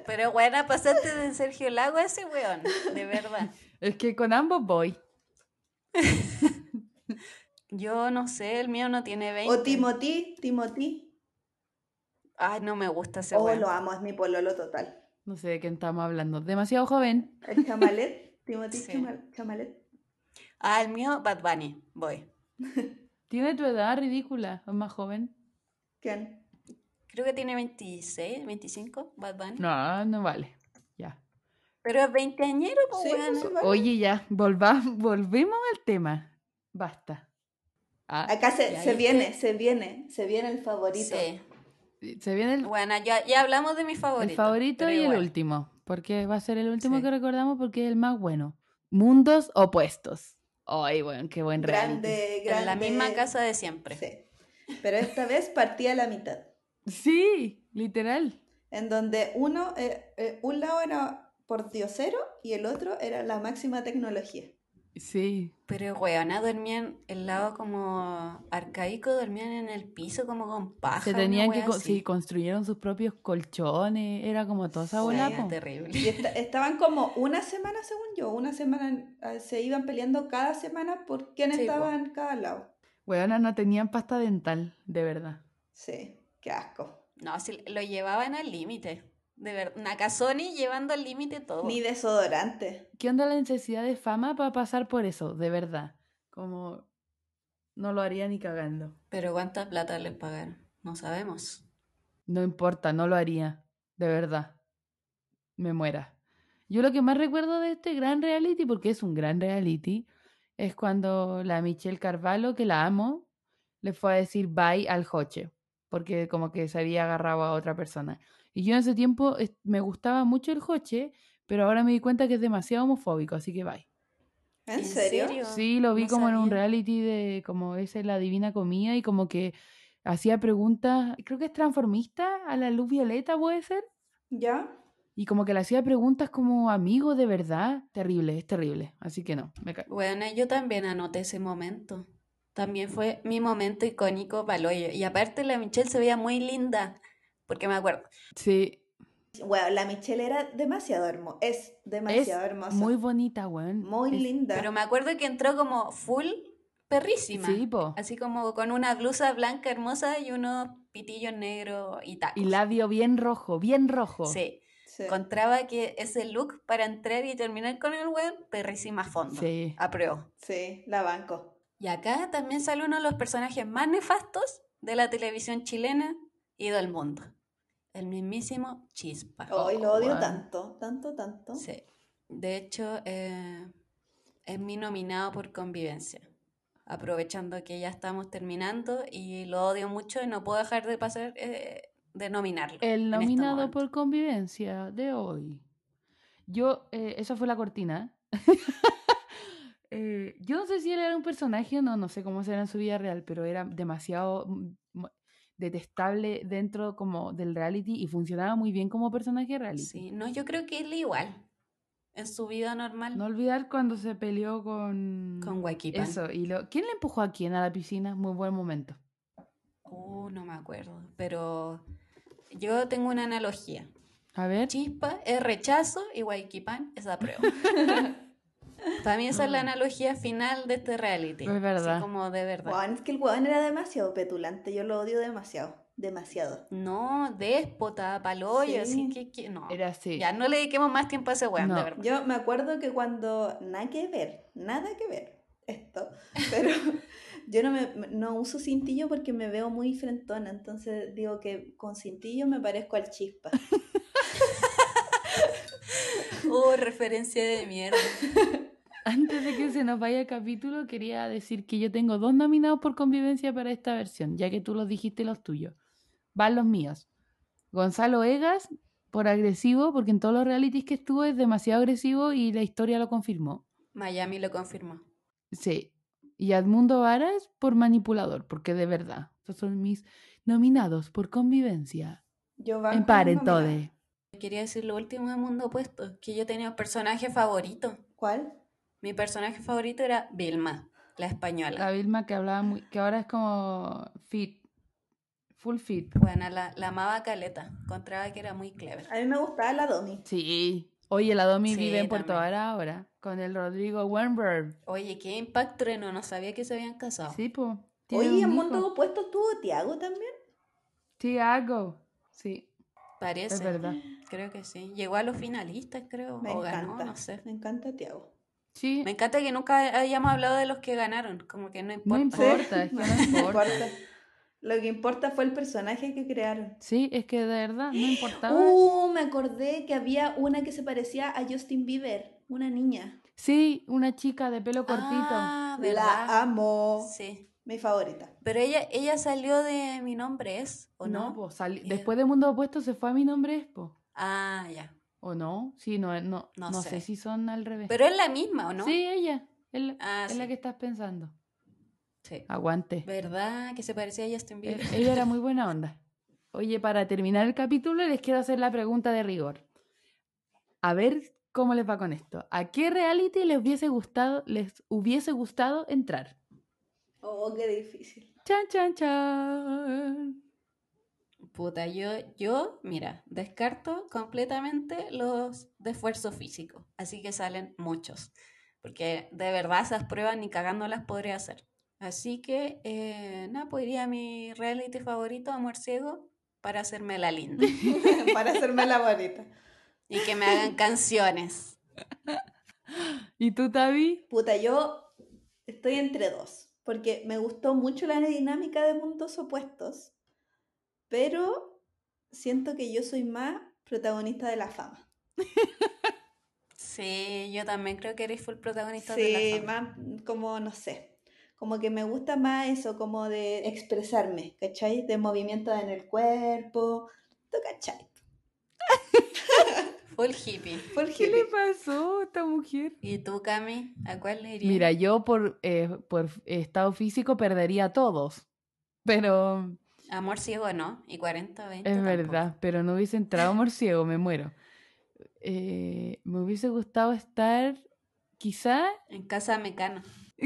Speaker 1: Pero bueno, pasaste de Sergio Lago a ese weón, de verdad.
Speaker 2: Es que con ambos voy.
Speaker 1: Yo no sé, el mío no tiene 20.
Speaker 3: O Timothy, Timothy.
Speaker 1: Ay, no me gusta ese
Speaker 3: Oh,
Speaker 1: weón.
Speaker 3: lo amo, es mi pololo total.
Speaker 2: No sé de quién estamos hablando. Demasiado joven.
Speaker 3: El chamalet, Timothy
Speaker 1: Sí.
Speaker 3: Chamal- chamalet.
Speaker 1: Ah, el mío, Bad Bunny. Voy.
Speaker 2: Tiene tu edad ridícula. Es más joven.
Speaker 3: ¿Quién?
Speaker 1: Creo que tiene 26, 25, Bad Bunny.
Speaker 2: No, no vale. Ya.
Speaker 1: Pero es veinteañero, pues
Speaker 3: Sí,
Speaker 1: weón.
Speaker 3: sí, vale.
Speaker 2: Oye, ya, volva- volvemos al tema. Basta. Ah,
Speaker 3: Acá se,
Speaker 2: ya,
Speaker 3: se
Speaker 2: ya.
Speaker 3: viene, se viene, se viene el favorito.
Speaker 1: Sí.
Speaker 2: Se viene el, el
Speaker 1: Bueno, ya, ya hablamos de mi favorito.
Speaker 2: favorito, y
Speaker 1: pero
Speaker 2: el
Speaker 1: igual.
Speaker 2: último. Porque va a ser el último
Speaker 1: Sí.
Speaker 2: que recordamos porque es el más bueno. Mundos opuestos. Ay, bueno, qué buen reality.
Speaker 3: Grande, grande.
Speaker 1: En la misma casa de siempre.
Speaker 3: Sí. Pero esta vez partía a la mitad.
Speaker 2: Sí, literal.
Speaker 3: En donde uno, eh, eh, un lado era por diosero y el otro era la máxima tecnología.
Speaker 2: Sí.
Speaker 1: Pero weona, dormían el lado como arcaico, dormían en el piso como con paja.
Speaker 2: Se
Speaker 1: una
Speaker 2: tenían
Speaker 1: wea
Speaker 2: que. co-
Speaker 1: así.
Speaker 2: Sí, construyeron sus propios colchones. Era como toda esa
Speaker 1: Sí,
Speaker 2: bola.
Speaker 1: es
Speaker 2: po.
Speaker 1: terrible.
Speaker 3: Y esta- estaban como una semana, según yo, una semana eh, se iban peleando cada semana por quién
Speaker 1: Sí, po.
Speaker 3: estaba en cada lado.
Speaker 2: Weona, no tenían pasta dental, de verdad.
Speaker 3: Sí, qué asco.
Speaker 1: No, sí, lo llevaban al límite. De verdad, Nakazoni llevando al límite todo.
Speaker 3: Ni desodorante.
Speaker 2: ¿Qué onda la necesidad de fama para pasar por eso? De verdad. Como no lo haría ni cagando.
Speaker 1: Pero cuánta plata les pagaron, no sabemos.
Speaker 2: No importa, no lo haría. De verdad. Me muera. Yo lo que más recuerdo de este gran reality, porque es un gran reality, es cuando la Michelle Carvalho, que la amo, le fue a decir bye al Joche, porque como que se había agarrado a otra persona. Y yo en ese tiempo es- me gustaba mucho el Joche, pero ahora me di cuenta que es demasiado homofóbico, así que bye.
Speaker 3: ¿En, serio?
Speaker 2: Sí, lo vi
Speaker 1: No
Speaker 2: como en un
Speaker 1: sabía.
Speaker 2: reality de como esa es la divina comida y como que hacía preguntas, creo que es transformista a la luz violeta, puede ser.
Speaker 3: ¿Ya?
Speaker 2: Y como que le hacía preguntas como amigo de verdad. Terrible, es terrible. Así que no, me cae.
Speaker 1: Bueno, yo también anoté ese momento. También fue mi momento icónico para Y aparte la Michelle se veía muy linda, porque me acuerdo.
Speaker 2: Sí,
Speaker 3: Bueno, la Michelle era demasiado hermosa. Es
Speaker 2: es
Speaker 3: demasiado hermosa.
Speaker 2: muy bonita, weón.
Speaker 3: Muy
Speaker 2: Es-
Speaker 3: linda.
Speaker 1: Pero me acuerdo que entró como full perrísima.
Speaker 2: Sí, po.
Speaker 1: Así como con una blusa blanca hermosa y unos pitillos negros y tacos.
Speaker 2: Y labio bien rojo, bien rojo.
Speaker 1: Sí.
Speaker 3: Sí.
Speaker 1: Encontraba que ese look para entrar y terminar con el web, perrísima a fondo.
Speaker 2: Sí.
Speaker 1: Apruebo.
Speaker 3: Sí, la banco.
Speaker 1: Y acá también sale uno de los personajes más nefastos de la televisión chilena y del mundo. El mismísimo Chispa.
Speaker 3: Hoy
Speaker 2: Oh,
Speaker 3: lo odio
Speaker 2: bueno.
Speaker 3: tanto, tanto, tanto.
Speaker 1: Sí. De hecho, eh, es mi nominado por convivencia. Aprovechando que ya estamos terminando y lo odio mucho y no puedo dejar de pasar eh, de nominarlo.
Speaker 2: El
Speaker 1: en este
Speaker 2: nominado
Speaker 1: momento.
Speaker 2: por convivencia de hoy. Yo, eh, esa fue la cortina. Eh, yo no sé si él era un personaje o no, no sé cómo será en su vida real, pero era demasiado mm, mo- detestable dentro como del reality y funcionaba muy bien como personaje reality.
Speaker 1: Sí, no, yo creo que él igual. En su vida normal.
Speaker 2: No olvidar cuando se peleó con...
Speaker 1: Con Huaquipan.
Speaker 2: Eso, y lo... ¿Quién le empujó a quién a la piscina? Muy buen momento.
Speaker 1: Uh, no me acuerdo. Pero yo tengo una analogía.
Speaker 2: A ver.
Speaker 1: Chispa es rechazo y Guayquipán es apruebo. Para mí esa es la analogía final de este reality.
Speaker 2: Ah. Es verdad.
Speaker 1: Así como de verdad.
Speaker 3: Weón, es que el weón era demasiado petulante, yo lo odio demasiado, demasiado.
Speaker 1: No, déspota, paloyo,
Speaker 3: Sí.
Speaker 1: así que, que- no.
Speaker 2: Era así.
Speaker 1: Ya no le dediquemos más tiempo a ese weón,
Speaker 2: No.
Speaker 1: de verdad.
Speaker 3: Yo me acuerdo que cuando, nada que ver, nada que ver esto, pero yo no, me, no uso cintillo porque me veo muy frentona, entonces digo que con cintillo me parezco al chispa.
Speaker 1: Oh, referencia de mierda.
Speaker 2: Antes de que se nos vaya el capítulo, quería decir que yo tengo dos nominados por convivencia para esta versión, ya que tú los dijiste los tuyos. Van los míos. Gonzalo Egas, por agresivo, porque en todos los realities que estuvo es demasiado agresivo y la historia lo confirmó.
Speaker 1: Miami lo confirmó.
Speaker 2: Sí. Y Edmundo Varas, por manipulador, porque de verdad. Estos son mis nominados por convivencia.
Speaker 3: Yo banco
Speaker 2: En par,
Speaker 3: mi
Speaker 2: en
Speaker 3: nominada.
Speaker 2: todes.
Speaker 1: Quería decir lo último de Mundo Opuesto, que yo tenía un personaje favorito.
Speaker 3: ¿Cuál?
Speaker 1: Mi personaje favorito era Vilma, la española.
Speaker 2: La Vilma que hablaba muy, que ahora es como fit, full fit.
Speaker 1: Bueno, la, la amaba Caleta, encontraba que era muy clever.
Speaker 3: A mí me gustaba la Domi.
Speaker 2: Sí. Oye, la Domi
Speaker 1: Sí,
Speaker 2: vive en Puerto
Speaker 1: también.
Speaker 2: Vara ahora con el Rodrigo Wernberg.
Speaker 1: Oye, qué impacto no, no sabía que se habían casado.
Speaker 2: Sí, po. Tienen
Speaker 3: Oye,
Speaker 2: un
Speaker 3: en
Speaker 2: hijo.
Speaker 3: Mundo Opuesto estuvo Tiago también.
Speaker 2: Tiago. Sí,
Speaker 1: Parece.
Speaker 2: es verdad.
Speaker 1: Creo que sí. Llegó a los finalistas, creo.
Speaker 3: Me
Speaker 1: o
Speaker 3: encanta,
Speaker 1: ganó, no sé.
Speaker 3: me encanta Tiago.
Speaker 2: Sí,
Speaker 1: Me encanta que nunca hayamos hablado de los que ganaron, como que no
Speaker 2: no
Speaker 1: importa.
Speaker 2: importa, es que no
Speaker 3: No
Speaker 2: importa.
Speaker 3: importa. Lo que importa fue el personaje que crearon.
Speaker 2: Sí, es que de verdad no importaba.
Speaker 3: Uh, me acordé que había una que se parecía a Justin Bieber, una niña.
Speaker 2: Sí, una chica de pelo cortito.
Speaker 1: Ah,
Speaker 3: La
Speaker 1: ¿verdad?
Speaker 3: amo.
Speaker 1: Sí.
Speaker 3: Mi favorita.
Speaker 1: Pero ella, ella salió de Mi Nombre Es, ¿o no?
Speaker 2: no, po, sali-
Speaker 1: Ella-
Speaker 2: después de Mundo Opuesto se fue a Mi Nombre es, po.
Speaker 1: Ah, ya.
Speaker 2: ¿O no? Sí, no, eh, no, no,
Speaker 1: No
Speaker 2: sé.
Speaker 1: sé.
Speaker 2: si son al revés.
Speaker 1: Pero es la misma, ¿o no?
Speaker 2: Sí, ella. Es la,
Speaker 1: Ah,
Speaker 2: es la
Speaker 1: sí.
Speaker 2: que estás pensando.
Speaker 1: Sí.
Speaker 2: Aguante.
Speaker 1: ¿Verdad? Que se parecía a Justin
Speaker 2: Eh,
Speaker 1: Bieber.
Speaker 2: Ella era muy buena onda. Oye, para terminar el capítulo les quiero hacer la pregunta de rigor. A ver cómo les va con esto. ¿A qué reality les hubiese gustado, les hubiese gustado entrar?
Speaker 3: Oh, qué difícil.
Speaker 2: Chan, chan, chan.
Speaker 1: Puta, yo, yo, mira, descarto completamente los de esfuerzo físico, así que salen muchos, porque de verdad esas pruebas ni cagando las podría hacer. Así que, eh, nada, pues iría a mi reality favorito, Amor Ciego, para hacerme la linda
Speaker 3: Para hacerme la bonita.
Speaker 1: y que me hagan canciones.
Speaker 2: ¿Y tú, Tavi?
Speaker 3: Puta, yo estoy entre dos. Porque me gustó mucho la dinámica de mundos opuestos. Pero siento que yo soy más protagonista de la fama.
Speaker 1: Sí, yo también creo que eres full protagonista de la
Speaker 3: Sí,
Speaker 1: fama.
Speaker 3: más como, no sé, como que me gusta más eso, como de expresarme, ¿cachai? De movimientos en el cuerpo, ¿tú cachai?
Speaker 1: Full hippie.
Speaker 3: Por
Speaker 2: ¿Qué le
Speaker 3: hippie.
Speaker 2: pasó a esta mujer?
Speaker 1: ¿Y tú, Cami? ¿A cuál le irías?
Speaker 2: Mira, yo por, eh, por estado físico perdería a todos. Pero
Speaker 1: Amor ciego no, y 40, 20
Speaker 2: es
Speaker 1: tampoco.
Speaker 2: verdad, pero no hubiese entrado morciego, me muero. Eh, me hubiese gustado estar, quizá,
Speaker 1: En casa mecano.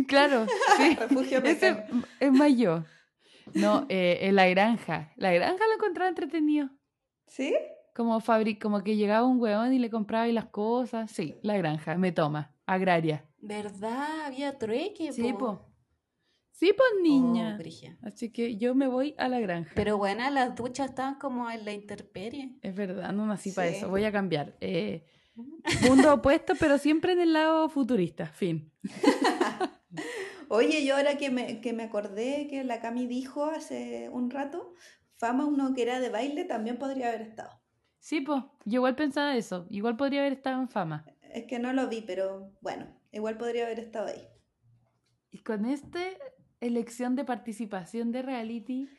Speaker 2: claro, sí.
Speaker 3: Refugio
Speaker 2: Ese
Speaker 3: mecano.
Speaker 2: es más yo. No, eh, en la granja. La granja lo encontraba entretenido.
Speaker 3: ¿Sí?
Speaker 2: Como, fabri como que llegaba un huevón y le compraba ahí las cosas. Sí, la granja, me toma. Agraria.
Speaker 1: ¿Verdad? Había trueque,
Speaker 2: Sí,
Speaker 1: po.
Speaker 2: po. Sí, po,
Speaker 1: Oh,
Speaker 2: niña.
Speaker 1: brígido.
Speaker 2: Así que yo me voy a la granja.
Speaker 1: Pero bueno, las duchas estaban como en la intemperie.
Speaker 2: Es verdad, no nací para
Speaker 3: Sí.
Speaker 2: eso. Voy a cambiar. Eh, mundo opuesto, pero siempre en el lado futurista. Fin.
Speaker 3: Oye, yo ahora que me, que me acordé que la Cami dijo hace un rato, fama uno que era de baile también podría haber estado.
Speaker 2: Sí, pues, yo igual pensaba eso. Igual podría haber estado en fama.
Speaker 3: Es que no lo vi, pero bueno, igual podría haber estado ahí.
Speaker 2: Y con esta elección de participación de reality,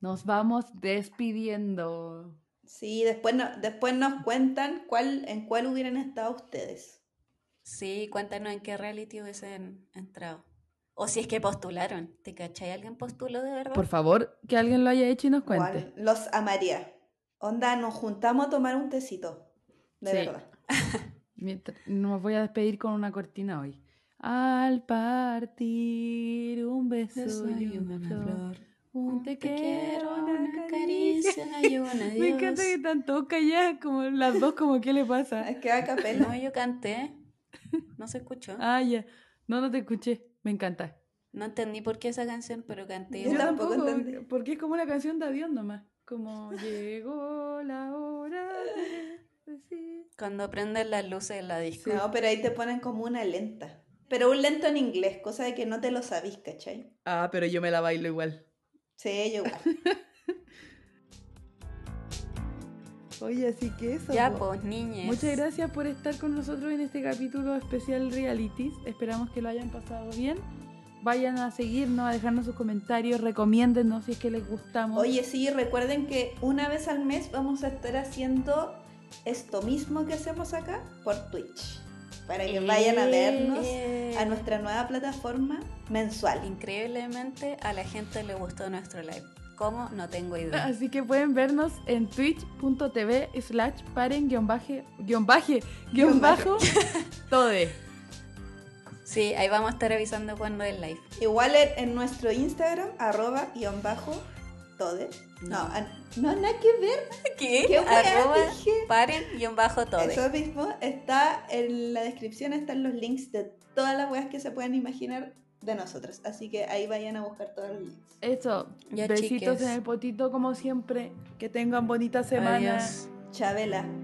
Speaker 2: nos vamos despidiendo.
Speaker 3: Sí, después, no- después nos cuentan cuál, en cuál hubieran estado ustedes.
Speaker 1: Sí, cuéntanos en qué reality hubiesen entrado. O si es que postularon. ¿Te cachai? ¿Alguien postuló de verdad?
Speaker 2: Por favor, que alguien lo haya hecho y nos cuente.
Speaker 3: Juan, los amaría. Onda, nos juntamos a tomar un tecito. De
Speaker 2: Sí.
Speaker 3: verdad.
Speaker 2: Mientras- nos voy a despedir con una cortina hoy. Al partir un beso y una flor, un te quiero, una caricia.
Speaker 1: y un
Speaker 2: Me encanta que
Speaker 1: adiós.
Speaker 2: están todos calladas, como las dos, como qué le pasa.
Speaker 3: Es que a capela.
Speaker 1: No, yo canté. No se escuchó.
Speaker 2: Ah, ya. No, no te escuché. Me encanta.
Speaker 1: No entendí por qué esa canción, pero canté.
Speaker 3: Yo
Speaker 2: Yo
Speaker 1: una.
Speaker 2: tampoco,
Speaker 3: tampoco entendí.
Speaker 2: porque- porque es como una canción de adiós nomás. Como llegó la hora de decir-
Speaker 1: Cuando prenden las luces de la disco.
Speaker 3: No, pero ahí te ponen como una lenta. Pero un lento en inglés, cosa de que no te lo sabís, ¿cachai?
Speaker 2: Ah, pero yo me la bailo igual.
Speaker 3: Sí, yo igual.
Speaker 2: Oye, así que eso.
Speaker 1: Ya,
Speaker 2: po.
Speaker 1: pues, niñas.
Speaker 2: Muchas gracias por estar con nosotros en este capítulo especial Realities. Esperamos que lo hayan pasado bien. Vayan a seguirnos, a dejarnos sus comentarios, recomiéndennos si es que les gustamos.
Speaker 3: Oye, sí, recuerden que una vez al mes vamos a estar haciendo esto mismo que hacemos acá por Twitch. Para que vayan a vernos
Speaker 1: Eh,
Speaker 3: a nuestra nueva plataforma mensual.
Speaker 1: Increíblemente a la gente le gustó nuestro live. ¿Cómo? No tengo idea.
Speaker 2: Así que pueden vernos en twitch.tv slash paren guión baje, guión baje, guión
Speaker 3: Guión bajo.
Speaker 2: bajo, tode.
Speaker 1: Sí, ahí vamos a estar avisando cuando es live.
Speaker 3: Igual en, en nuestro Instagram, arroba guión bajo todo. No,
Speaker 1: No.
Speaker 3: an- no, nada que ver.
Speaker 1: ¿Qué?
Speaker 3: ¿Qué weá
Speaker 1: Arroba
Speaker 3: dije?
Speaker 1: paren y un bajo todo.
Speaker 3: Eso mismo está en la descripción, están los links de todas las weas que se puedan imaginar de nosotros. Así que ahí vayan a buscar todos los links.
Speaker 2: Eso,
Speaker 1: Ya,
Speaker 2: besitos
Speaker 1: chiques.
Speaker 2: en el potito como siempre. Que tengan bonita semana.
Speaker 1: Adiós.
Speaker 3: Chabela.